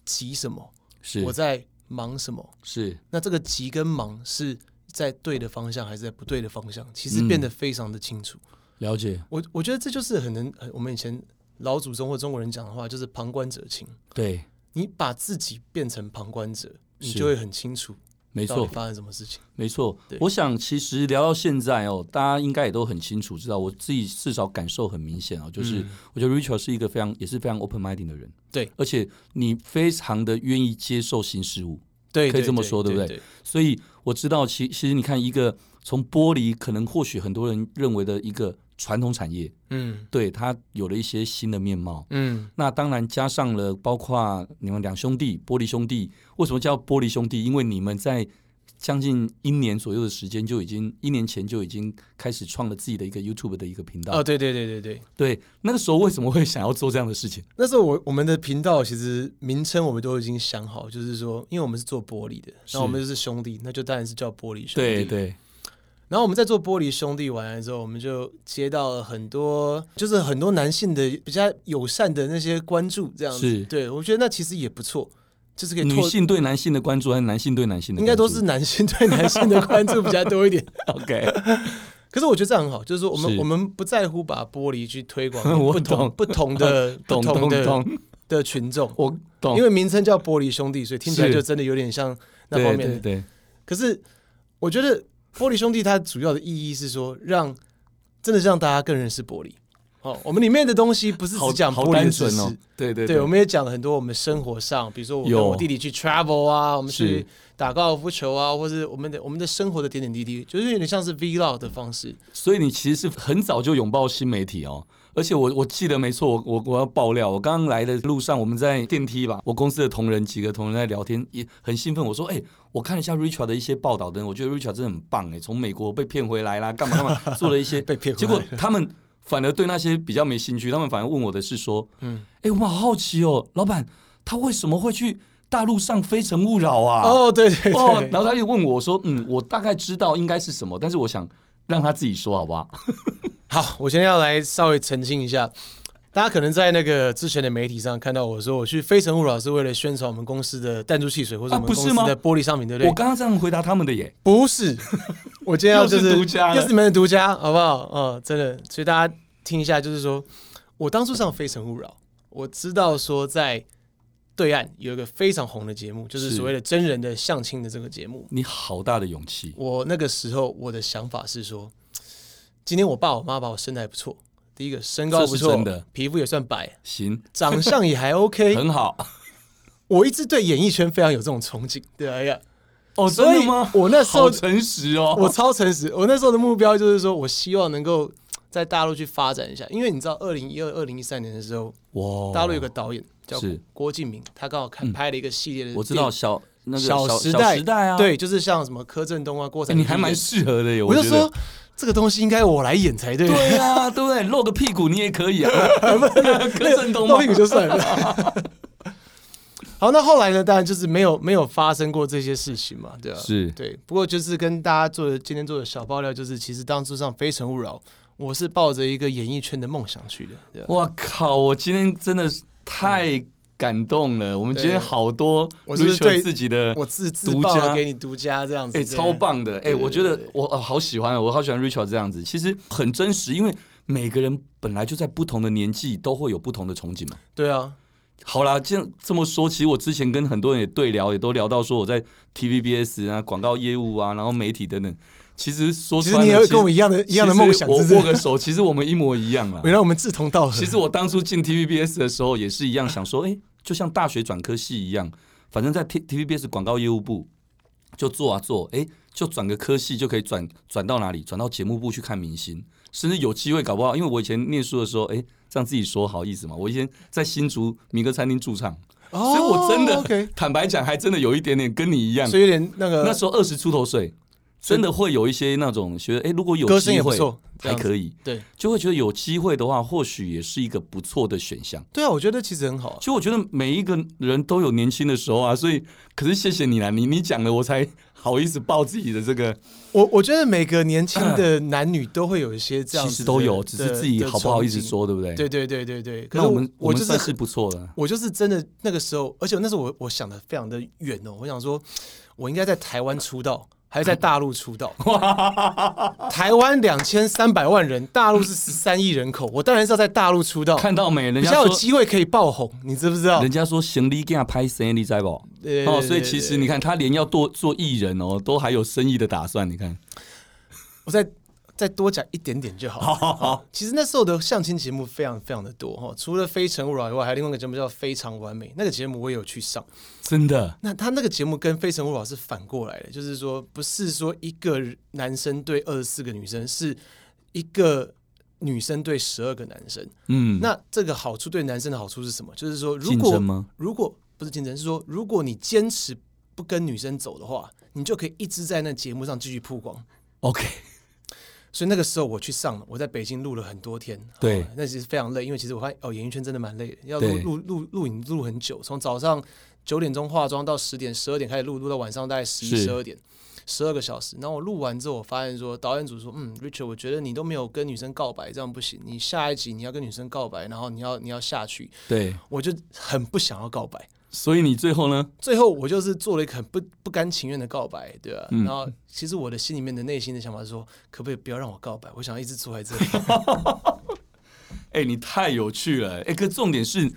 Speaker 3: 急什么，
Speaker 2: 是
Speaker 3: 我在忙什么？
Speaker 2: 是
Speaker 3: 那这个急跟忙是在对的方向还是在不对的方向？其实
Speaker 2: 嗯
Speaker 3: 变得非常的清楚。
Speaker 2: 了解，
Speaker 3: 我我觉得这就是很能呃很我们以前老祖宗或中国人讲的话，就是旁观者清。
Speaker 2: 对，
Speaker 3: 你把自己变成旁观者，你
Speaker 2: 是
Speaker 3: 就会很清楚
Speaker 2: 没
Speaker 3: 到
Speaker 2: 错
Speaker 3: 底，发生什么事情。
Speaker 2: 没错
Speaker 3: 对。
Speaker 2: 我想其实聊到现在哦，大家应该也都很清楚知道，我自己至少感受很明显哦，就是、
Speaker 3: 嗯
Speaker 2: 我觉得 Richard 是一个非常也是非常 open minded 的人，
Speaker 3: 对，
Speaker 2: 而且你非常的愿意接受新事物，
Speaker 3: 对，
Speaker 2: 可以
Speaker 3: 对
Speaker 2: 这么
Speaker 3: 对
Speaker 2: 说对不
Speaker 3: 对？
Speaker 2: 对所以我知道其其实你看一个从玻璃可能或许很多人认为的一个传统产业，
Speaker 3: 嗯
Speaker 2: 对它有了一些新的面貌。
Speaker 3: 嗯，
Speaker 2: 那当然加上了，包括你们两兄弟玻璃兄弟，为什么叫玻璃兄弟？因为你们在将近一年左右的时间就已经一年前就已经开始创了自己的一个 YouTube 的一个频道。
Speaker 3: 哦，对对对对对。
Speaker 2: 对，那个时候为什么会想要做这样的事情？
Speaker 3: 那时候我我们的频道其实名称我们都已经想好，就是说，因为我们是做玻璃的，
Speaker 2: 是
Speaker 3: 那我们就是兄弟，那就当然是叫玻璃兄弟。
Speaker 2: 对对，
Speaker 3: 然后我们在做玻璃兄弟完了之后，我们就接到了很多，就是很多男性的比较友善的那些关注，这样
Speaker 2: 是
Speaker 3: 子。对，我觉得那其实也不错，就是可以
Speaker 2: 女
Speaker 3: 拓，
Speaker 2: 性对男性的关注还是男性对男性的
Speaker 3: 应
Speaker 2: 关注？
Speaker 3: 该都是男性 对男性的关注比较多一 点。
Speaker 2: OK。
Speaker 3: 可是我觉得这样很好，就是说我们
Speaker 2: 是
Speaker 3: 我们不在乎把玻璃去推 广
Speaker 2: 我
Speaker 3: 不同
Speaker 2: 懂
Speaker 3: 不同的 不
Speaker 2: 懂
Speaker 3: 同
Speaker 2: 懂
Speaker 3: 的
Speaker 2: 懂，
Speaker 3: 的群众，
Speaker 2: 我懂，
Speaker 3: 因为名称叫玻璃兄弟，所以听起来
Speaker 2: 是
Speaker 3: 就真的有点像那
Speaker 2: 对
Speaker 3: 方
Speaker 2: 对
Speaker 3: 面。
Speaker 2: 对，
Speaker 3: 可是我觉得玻璃兄弟它主要的意义是说，让真的是让大家更认识玻璃。哦，我们里面的东西不是
Speaker 2: 好
Speaker 3: 只讲
Speaker 2: 好
Speaker 3: 玻璃
Speaker 2: 单
Speaker 3: 的知
Speaker 2: 纯
Speaker 3: 识，
Speaker 2: 哦，对对
Speaker 3: 对我们也讲了很多我们生活上，比如说我跟
Speaker 2: 有
Speaker 3: 我弟弟去 travel 啊，我们
Speaker 2: 是
Speaker 3: 去打高尔夫球啊，或者我们的我们的生活的点点滴滴，就是有点像是 vlog 的方式。
Speaker 2: 所以你其实是很早就拥抱新媒体哦。而且我我记得没错，我我我要爆料，我刚刚来的路上，我们在电梯吧，我公司的同仁几个同仁在聊天，也很兴奋。我说：“哎、我看了一下 Richard 的一些报道等，我觉得 Richard 真的很棒哎、从美国被骗回来啦，干嘛干嘛， 做了一些
Speaker 3: 被骗回
Speaker 2: 结
Speaker 3: 来
Speaker 2: 果他们反而对那些比较没兴趣，他们反而问我的是说：嗯
Speaker 3: 嗯，
Speaker 2: 哎、我们好好奇哦，老板他为什么会去大陆上《非诚勿扰》啊？
Speaker 3: 哦，对 对对，
Speaker 2: 哦，然后他就问我说：“嗯，我大概知道应该是什么，但是我想让他自己说，好不好
Speaker 3: 好，我现在要来稍微澄清一下，大家可能在那个之前的媒体上看到我说我去非诚勿扰是为了宣传我们公司的弹珠汽水或者
Speaker 2: 啊
Speaker 3: 我们
Speaker 2: 不
Speaker 3: 公
Speaker 2: 是
Speaker 3: 司
Speaker 2: 吗
Speaker 3: 的玻璃商品，对？”不对
Speaker 2: 我？刚刚这样回答他们的耶，
Speaker 3: 不是，我今天要就
Speaker 2: 又
Speaker 3: 是
Speaker 2: 是独家了
Speaker 3: 又是你们的独家，好不好？哦，真的，所以大家听一下，就是说我当初上非诚勿扰，我知道说在对岸有一个非常红的节目，就是
Speaker 2: 是
Speaker 3: 所谓的真人的相亲的这个节目，
Speaker 2: 你好大的勇气，
Speaker 3: 我那个时候我的想法是说，今天我爸我妈把我生的还不错，第一个身高不
Speaker 2: 这是
Speaker 3: 错
Speaker 2: 真的，
Speaker 3: 皮肤也算白，
Speaker 2: 行，
Speaker 3: 长相也还 OK。
Speaker 2: 很好。
Speaker 3: 我一直对演艺圈非常有这种憧憬，对哎呀，
Speaker 2: 哦，
Speaker 3: 所以
Speaker 2: 真的吗？
Speaker 3: 我那时候
Speaker 2: 好诚实哦，
Speaker 3: 我超诚实，我那时候的目标就是说我希望能够在大陆去发展一下，因为你知道，二零一二、二零一三年的时候，
Speaker 2: 我
Speaker 3: 大陆有个导演叫
Speaker 2: 哦是嗯
Speaker 3: 郭敬明，他刚好看拍了一个系列的，
Speaker 2: 我知道。小那个
Speaker 3: 小
Speaker 2: 小
Speaker 3: 时代
Speaker 2: 时代啊，
Speaker 3: 对，就是像什么柯震东啊、郭采
Speaker 2: 哎，
Speaker 3: 洁，
Speaker 2: 你还蛮适合的耶，
Speaker 3: 我就
Speaker 2: 觉得
Speaker 3: 说这个东西应该我来演才对。
Speaker 2: 对啊，对不对？露个屁股你也可 以啊， 柯震东吗
Speaker 3: 露？屁股就算了。 好，那后来呢？当然就是没有没有发生过这些事情嘛，对吧、
Speaker 2: 是
Speaker 3: 对。不过就是跟大家做的今天做的小爆料，就是其实当初上《非诚勿扰》，我是抱着一个演艺圈的梦想去的，对啊吧、
Speaker 2: 我靠！我今天真的是太感动了。我们今天
Speaker 3: 对
Speaker 2: 好多
Speaker 3: 我是不是对
Speaker 2: Richard 自己的
Speaker 3: 我自自
Speaker 2: 独
Speaker 3: 爆
Speaker 2: 家
Speaker 3: 了给你独家这样子，
Speaker 2: 哎、
Speaker 3: 对
Speaker 2: 超棒的！哎、
Speaker 3: 对对
Speaker 2: 我觉得
Speaker 3: 对
Speaker 2: 我、呃、好喜欢，我好喜欢 Richard 这样子，其实很真实，因为每个人本来就在不同的年纪都会有不同的憧憬嘛。
Speaker 3: 对啊，
Speaker 2: 好啦，这样这么说，其实我之前跟很多人也对聊，也都聊到说我在 TVBS 啊、广告业务啊，然后媒体等等。其实说
Speaker 3: 其
Speaker 2: 穿了，
Speaker 3: 实你也有跟我
Speaker 2: 其
Speaker 3: 一样的
Speaker 2: 实
Speaker 3: 一样的梦想，
Speaker 2: 其
Speaker 3: 是
Speaker 2: 实
Speaker 3: 不
Speaker 2: 我握
Speaker 3: 是？
Speaker 2: 个手，其实我们一模一样啦。
Speaker 3: 原来我们志同 道合。
Speaker 2: 其实我当初进 TVBS 的时候也是一样， 想说，哎、就像大学转科系一样，反正在 T TVBS 广告业务部就做啊做，哎、就转个科系就可以转转到哪里？转到节目部去看明星，甚至有机会搞不好，因为我以前念书的时候，哎、这样自己说好意思嘛？我以前在新竹民歌餐厅驻唱，所
Speaker 3: 哦，
Speaker 2: 以我真的、
Speaker 3: OK，呃
Speaker 2: 坦白讲，还真的有一点点跟你一样
Speaker 3: 所，以有点那个
Speaker 2: 那时候二十出头岁。真的会有一些那种觉得，哎、如果有
Speaker 3: 歌声
Speaker 2: 机
Speaker 3: 也不
Speaker 2: 会
Speaker 3: 错，这
Speaker 2: 还
Speaker 3: 样子
Speaker 2: 可以，
Speaker 3: 对
Speaker 2: 就会觉得有机会的话，或许也是一个不错的选项。
Speaker 3: 对啊，我觉得其实很好啊
Speaker 2: 其。实我觉得每一个人都有年轻的时候啊，所以可是谢谢你啦，你你讲了我才好意思报自己的这个，
Speaker 3: 我我觉得每个年轻 的男女都会有一些这样
Speaker 2: 其
Speaker 3: 子
Speaker 2: 实
Speaker 3: 的，
Speaker 2: 都有，只是自己
Speaker 3: 的
Speaker 2: 好不好意思。
Speaker 3: 的憧憬
Speaker 2: 说，对不对？
Speaker 3: 对。对对对对，可
Speaker 2: 那
Speaker 3: 是
Speaker 2: 我们
Speaker 3: 我
Speaker 2: 们
Speaker 3: 就是哦
Speaker 2: 算是
Speaker 3: 很
Speaker 2: 不错了，
Speaker 3: 我就是真的那个时候，而且那时候我我想的非常的远哦，我想说，我应该在台湾出道，还是在大陆 出道？台湾两千三百万人，大陆是十三亿人口，我当然是要在大陆出道，
Speaker 2: 看到没？人
Speaker 3: 比
Speaker 2: 家
Speaker 3: 较有
Speaker 2: 说，
Speaker 3: 机会可以爆红，你知不知道？
Speaker 2: 人家说行李给他拍生意，在不？
Speaker 3: 对
Speaker 2: 哦，所以其实你，看，他连要做做艺人哦，都还有生意的打算。你看，
Speaker 3: 对对对对我再再多讲一点点就 好。
Speaker 2: 好好，
Speaker 3: 其实那时候的相亲节目非常非常的多哈，除了《非诚勿扰》以外，还有另外一个节目叫《非常完美》，那个节目我也有去上。
Speaker 2: 真的，
Speaker 3: 那他那个节目跟《非诚勿扰》是反过来的，就是说不是说一个男生对二十四个女生，是一个女生对十二个男生。
Speaker 2: 嗯，
Speaker 3: 那这个好处对男生的好处是什么？就是说，如
Speaker 2: 竞
Speaker 3: 果
Speaker 2: 争吗？
Speaker 3: 如果不是竞争，是说如果你坚持不跟女生走的话，你就可以一直在那节目上继续曝光。
Speaker 2: OK，
Speaker 3: 所以那个时候我去上了，我在北京录了很多天，
Speaker 2: 对
Speaker 3: 哦那其实非常累，因为其实我发现哦，演艺圈真的蛮累的，要录
Speaker 2: 对
Speaker 3: 录录录影录很久，从早上九点钟化妆到十点十二点开始录，录到晚上大概十一
Speaker 2: 是
Speaker 3: 十二点，十二个小时。然后我录完之后，我发现说导演组说，嗯，Richard，我觉得你都没有跟女生告白，这样不行，你下一集你要跟女生告白，然后你要你要下去，
Speaker 2: 对，
Speaker 3: 我就很不想要告白。
Speaker 2: 所以你最后呢？
Speaker 3: 最后我就是做了一个很不不甘情愿的告白，对吧、啊
Speaker 2: 嗯
Speaker 3: 然后其实我的心里面的内心的想法是说，可不可以不要让我告白？我想要一直坐在这里。
Speaker 2: 哎、你太有趣了，哎、可重点是，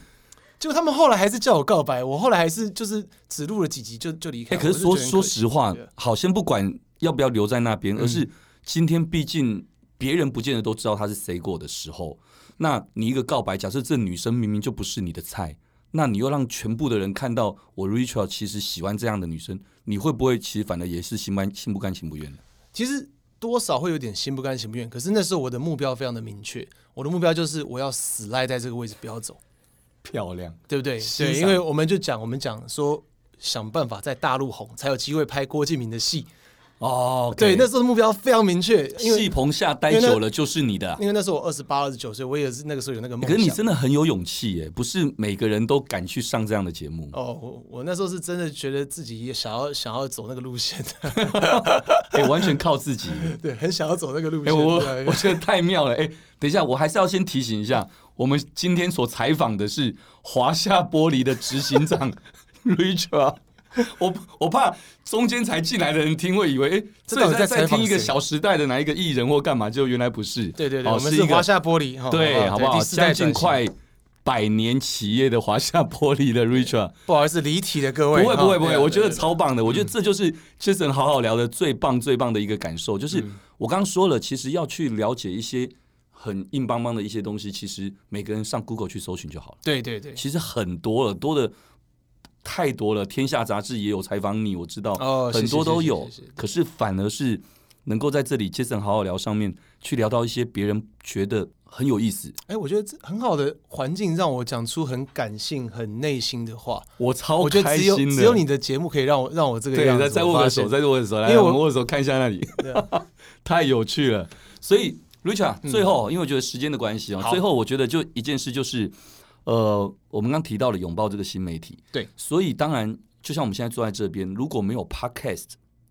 Speaker 3: 结果他们后来还是叫我告白，我后来还是就是只录了几集就就离
Speaker 2: 哎、
Speaker 3: 开。
Speaker 2: 可是说
Speaker 3: 我就觉得很
Speaker 2: 说
Speaker 3: 惜啊嗯
Speaker 2: 实话
Speaker 3: 对，
Speaker 2: 好，先不管要不要留在那边，而是今天毕竟别人不见得都知道他是谁过的时候，那你一个告白，假设这女生明明就不是你的菜，那你又让全部的人看到我 Rachel 其实喜欢这样的女生，你会不会其实反而也是心甘心不甘情不愿的？
Speaker 3: 其实多少会有点心不甘情不愿。可是那时候我的目标非常的明确，我的目标就是我要死赖在这个位置不要走，
Speaker 2: 漂亮，
Speaker 3: 对不对？
Speaker 2: 欣赏
Speaker 3: 对，因为我们就讲我们讲说想办法在大陆红，才有机会拍郭敬明的戏。
Speaker 2: 哦，
Speaker 3: 对，那时候的目标非常明确，因为
Speaker 2: 戏棚下待
Speaker 3: 因为那
Speaker 2: 久了就是你的啊、
Speaker 3: 因为那时候我二十八、二十九岁，我也是那个时候有那个梦
Speaker 2: 欸可是
Speaker 3: 想。
Speaker 2: 你真的很有勇气耶，不是每个人都敢去上这样的节目。
Speaker 3: 哦，我我那时候是真的觉得自己也想要想要走那个路线 的，
Speaker 2: 哎、完全靠自 己。
Speaker 3: 对，很想要走那个路
Speaker 2: 哎、
Speaker 3: 线。
Speaker 2: 我
Speaker 3: 对
Speaker 2: 我觉得太妙了。哎、等一下，我还是要先提醒一下，我们今天所采访的是华夏玻璃的执行 长 Richard。我我怕中间才进来的人听会以为，哎、
Speaker 3: 这
Speaker 2: 这
Speaker 3: 到
Speaker 2: 里
Speaker 3: 底
Speaker 2: 在
Speaker 3: 在
Speaker 2: 在
Speaker 3: 采访
Speaker 2: 听一个
Speaker 3: 谁
Speaker 2: 小时代的哪一个艺人或干嘛，就原来不是。
Speaker 3: 对对对，
Speaker 2: 哦
Speaker 3: 我们
Speaker 2: 是
Speaker 3: 是
Speaker 2: 一个
Speaker 3: 华夏玻璃哈，哦
Speaker 2: 对，好不好？
Speaker 3: 第四代
Speaker 2: 将近
Speaker 3: 转型
Speaker 2: 快百年企业的华夏玻璃的 Richard。
Speaker 3: 不好意思离题的各
Speaker 2: 不
Speaker 3: 位，
Speaker 2: 会
Speaker 3: 哈
Speaker 2: 不会不
Speaker 3: 对
Speaker 2: 会，
Speaker 3: 啊
Speaker 2: 我觉得
Speaker 3: 对对
Speaker 2: 超棒的，我觉得这就是 Jason 好好聊的最棒最棒的一个感受，就是
Speaker 3: 嗯
Speaker 2: 我刚刚说了，其实要去了解一些很硬邦邦的一些东西，其实每个人上 Google 去搜寻就好了，
Speaker 3: 对对对
Speaker 2: 其实很多了，多的太多了，《天下》杂志也有采访你，我知道，
Speaker 3: 哦
Speaker 2: 很多都有
Speaker 3: 是是是是是，
Speaker 2: 可是反而是能够在这里 Jason 好好聊上面去聊到一些别人觉得很有意思，
Speaker 3: 哎，我觉得这很好的环境让我讲出很感性、很内心的话。
Speaker 2: 我超
Speaker 3: 我觉得
Speaker 2: 哦开
Speaker 3: 只有
Speaker 2: 心的，
Speaker 3: 只有你的节目可以让我让我这个
Speaker 2: 对，
Speaker 3: 样
Speaker 2: 再
Speaker 3: 子。
Speaker 2: 再
Speaker 3: 我
Speaker 2: 握个
Speaker 3: 发现
Speaker 2: 手，，再握个手，来，
Speaker 3: 因为
Speaker 2: 我
Speaker 3: 我
Speaker 2: 们握手看一下那里，太有趣了。所以，Richard，最后，因为我觉得时间的关系哦，
Speaker 3: 嗯好
Speaker 2: 最后我觉得就一件事就是，呃，我们刚提到了拥抱这个新媒体，
Speaker 3: 对，
Speaker 2: 所以当然，就像我们现在坐在这边，如果没有 Podcast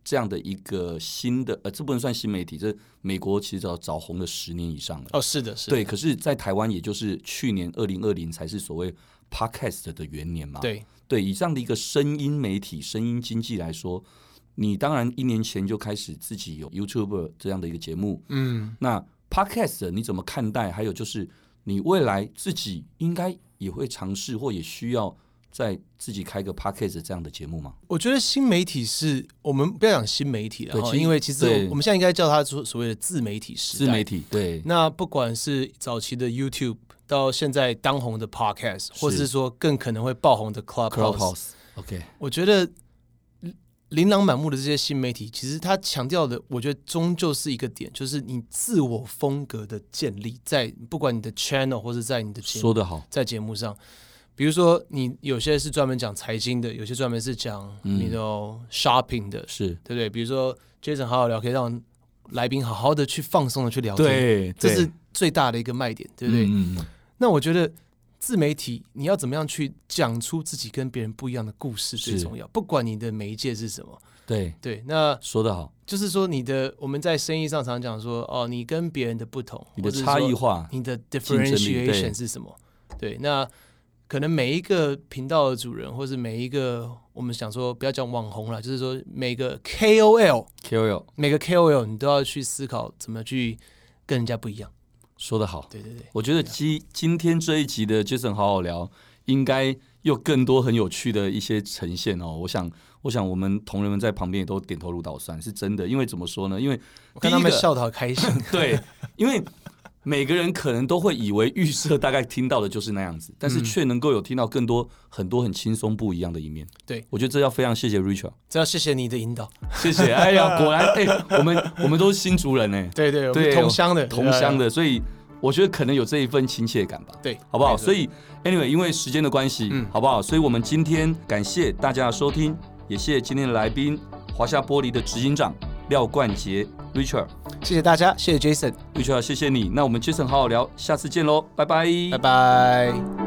Speaker 2: 这样的一个新的，呃，这不能算新媒体，这美国其实早早红了十年以上了。
Speaker 3: 哦，是的，是的，
Speaker 2: 对，可是，在台湾，也就是去年二零二零才是所谓 podcast 的元年嘛。
Speaker 3: 对
Speaker 2: 对以上的一个声音媒体、声音经济来说，你当然一年前就开始自己有 YouTuber 这样的一个节目。
Speaker 3: 嗯，
Speaker 2: 那 Podcast 你怎么看待？还有就是你未来自己应该也会尝试，或也需要在自己开个 Podcast 这样的节目吗？
Speaker 3: 我觉得新媒体是我们不要讲新媒体了
Speaker 2: 对
Speaker 3: 哈，
Speaker 2: 其实
Speaker 3: 因为其实
Speaker 2: 对
Speaker 3: 我我们现在应该叫它所所谓的自媒体时代。
Speaker 2: 自媒体对，
Speaker 3: 那不管是早期的 YouTube 到现在当红的 Podcast，或是说更可能会爆红的 Clubhouse，
Speaker 2: Clubhouse OK
Speaker 3: 我觉得琳琳琅满目的这些新媒体，其实它强调的，我觉得终究是一个点，就是你自我风格的建立，在不管你的 channel 或者在你的节目
Speaker 2: 说得好，
Speaker 3: 在节目上。比如说你有些是专门讲财经的，有些专门是讲
Speaker 2: 嗯
Speaker 3: 你的 shopping 的，
Speaker 2: 是
Speaker 3: 对不对？比如说 Jason 好好聊，可以让来宾好好的去放松的去聊天，，
Speaker 2: 对，
Speaker 3: 这
Speaker 2: 对
Speaker 3: 是最大的一个卖点，对不对？
Speaker 2: 嗯嗯嗯
Speaker 3: 那我觉得自媒体你要怎么样去讲出自己跟别人不一样的故事最
Speaker 2: 是
Speaker 3: 重要，不管你的媒介是什么。
Speaker 2: 对，
Speaker 3: 对，那
Speaker 2: 说得好，
Speaker 3: 就是说你的我们在生意上常讲说，哦，你跟别人的不同，
Speaker 2: 你
Speaker 3: 或
Speaker 2: 的
Speaker 3: 者是
Speaker 2: 差
Speaker 3: 说
Speaker 2: 异化，
Speaker 3: 你的
Speaker 2: 争力对
Speaker 3: differentiation 是什么？对，那可能每一个频道的主人，或是每一个我们想说不要讲网红啦，就是说每个 KOL，
Speaker 2: KOL
Speaker 3: 每个 KOL 你都要去思考怎么去跟人家不一样。
Speaker 2: 说得好。
Speaker 3: 对对对，
Speaker 2: 我觉得今今天这一集的 Jason 好好聊，应该又更多很有趣的一些呈现哦。我想，我想我们同仁们在旁边也都点头如捣蒜，是真的。因为怎么说呢？因为
Speaker 3: 我
Speaker 2: 第
Speaker 3: 看
Speaker 2: 一
Speaker 3: 他们
Speaker 2: 个
Speaker 3: 笑得好开心。
Speaker 2: 对，因为每个人可能都会以为预设大概听到的就是那样子，但
Speaker 3: 嗯
Speaker 2: 是却能够有听到更多很多很轻松不一样的一面。
Speaker 3: 对
Speaker 2: 我觉得这要非常谢谢 Richard，
Speaker 3: 这要谢谢你的引导。
Speaker 2: 谢谢。哎呀，果然哎、我们我们都是新族人哎、
Speaker 3: 对对，我
Speaker 2: 对
Speaker 3: 们同乡的，
Speaker 2: 同 乡
Speaker 3: 啊
Speaker 2: 的，所以我觉得可能有这一份亲切感吧。
Speaker 3: 对，哎对，
Speaker 2: 好不好？
Speaker 3: 没错
Speaker 2: 所以，anyway，因为时间的关系，
Speaker 3: 嗯
Speaker 2: 好不好？所以我们今天感谢大家的收听，也谢谢今天的来宾，华夏玻璃的执行长廖冠杰 Richard，Richard，
Speaker 3: 谢谢大家，谢谢 Jason，
Speaker 2: 谢谢你。那我们 Jason 好好聊，下次见喽，拜拜
Speaker 3: 拜拜。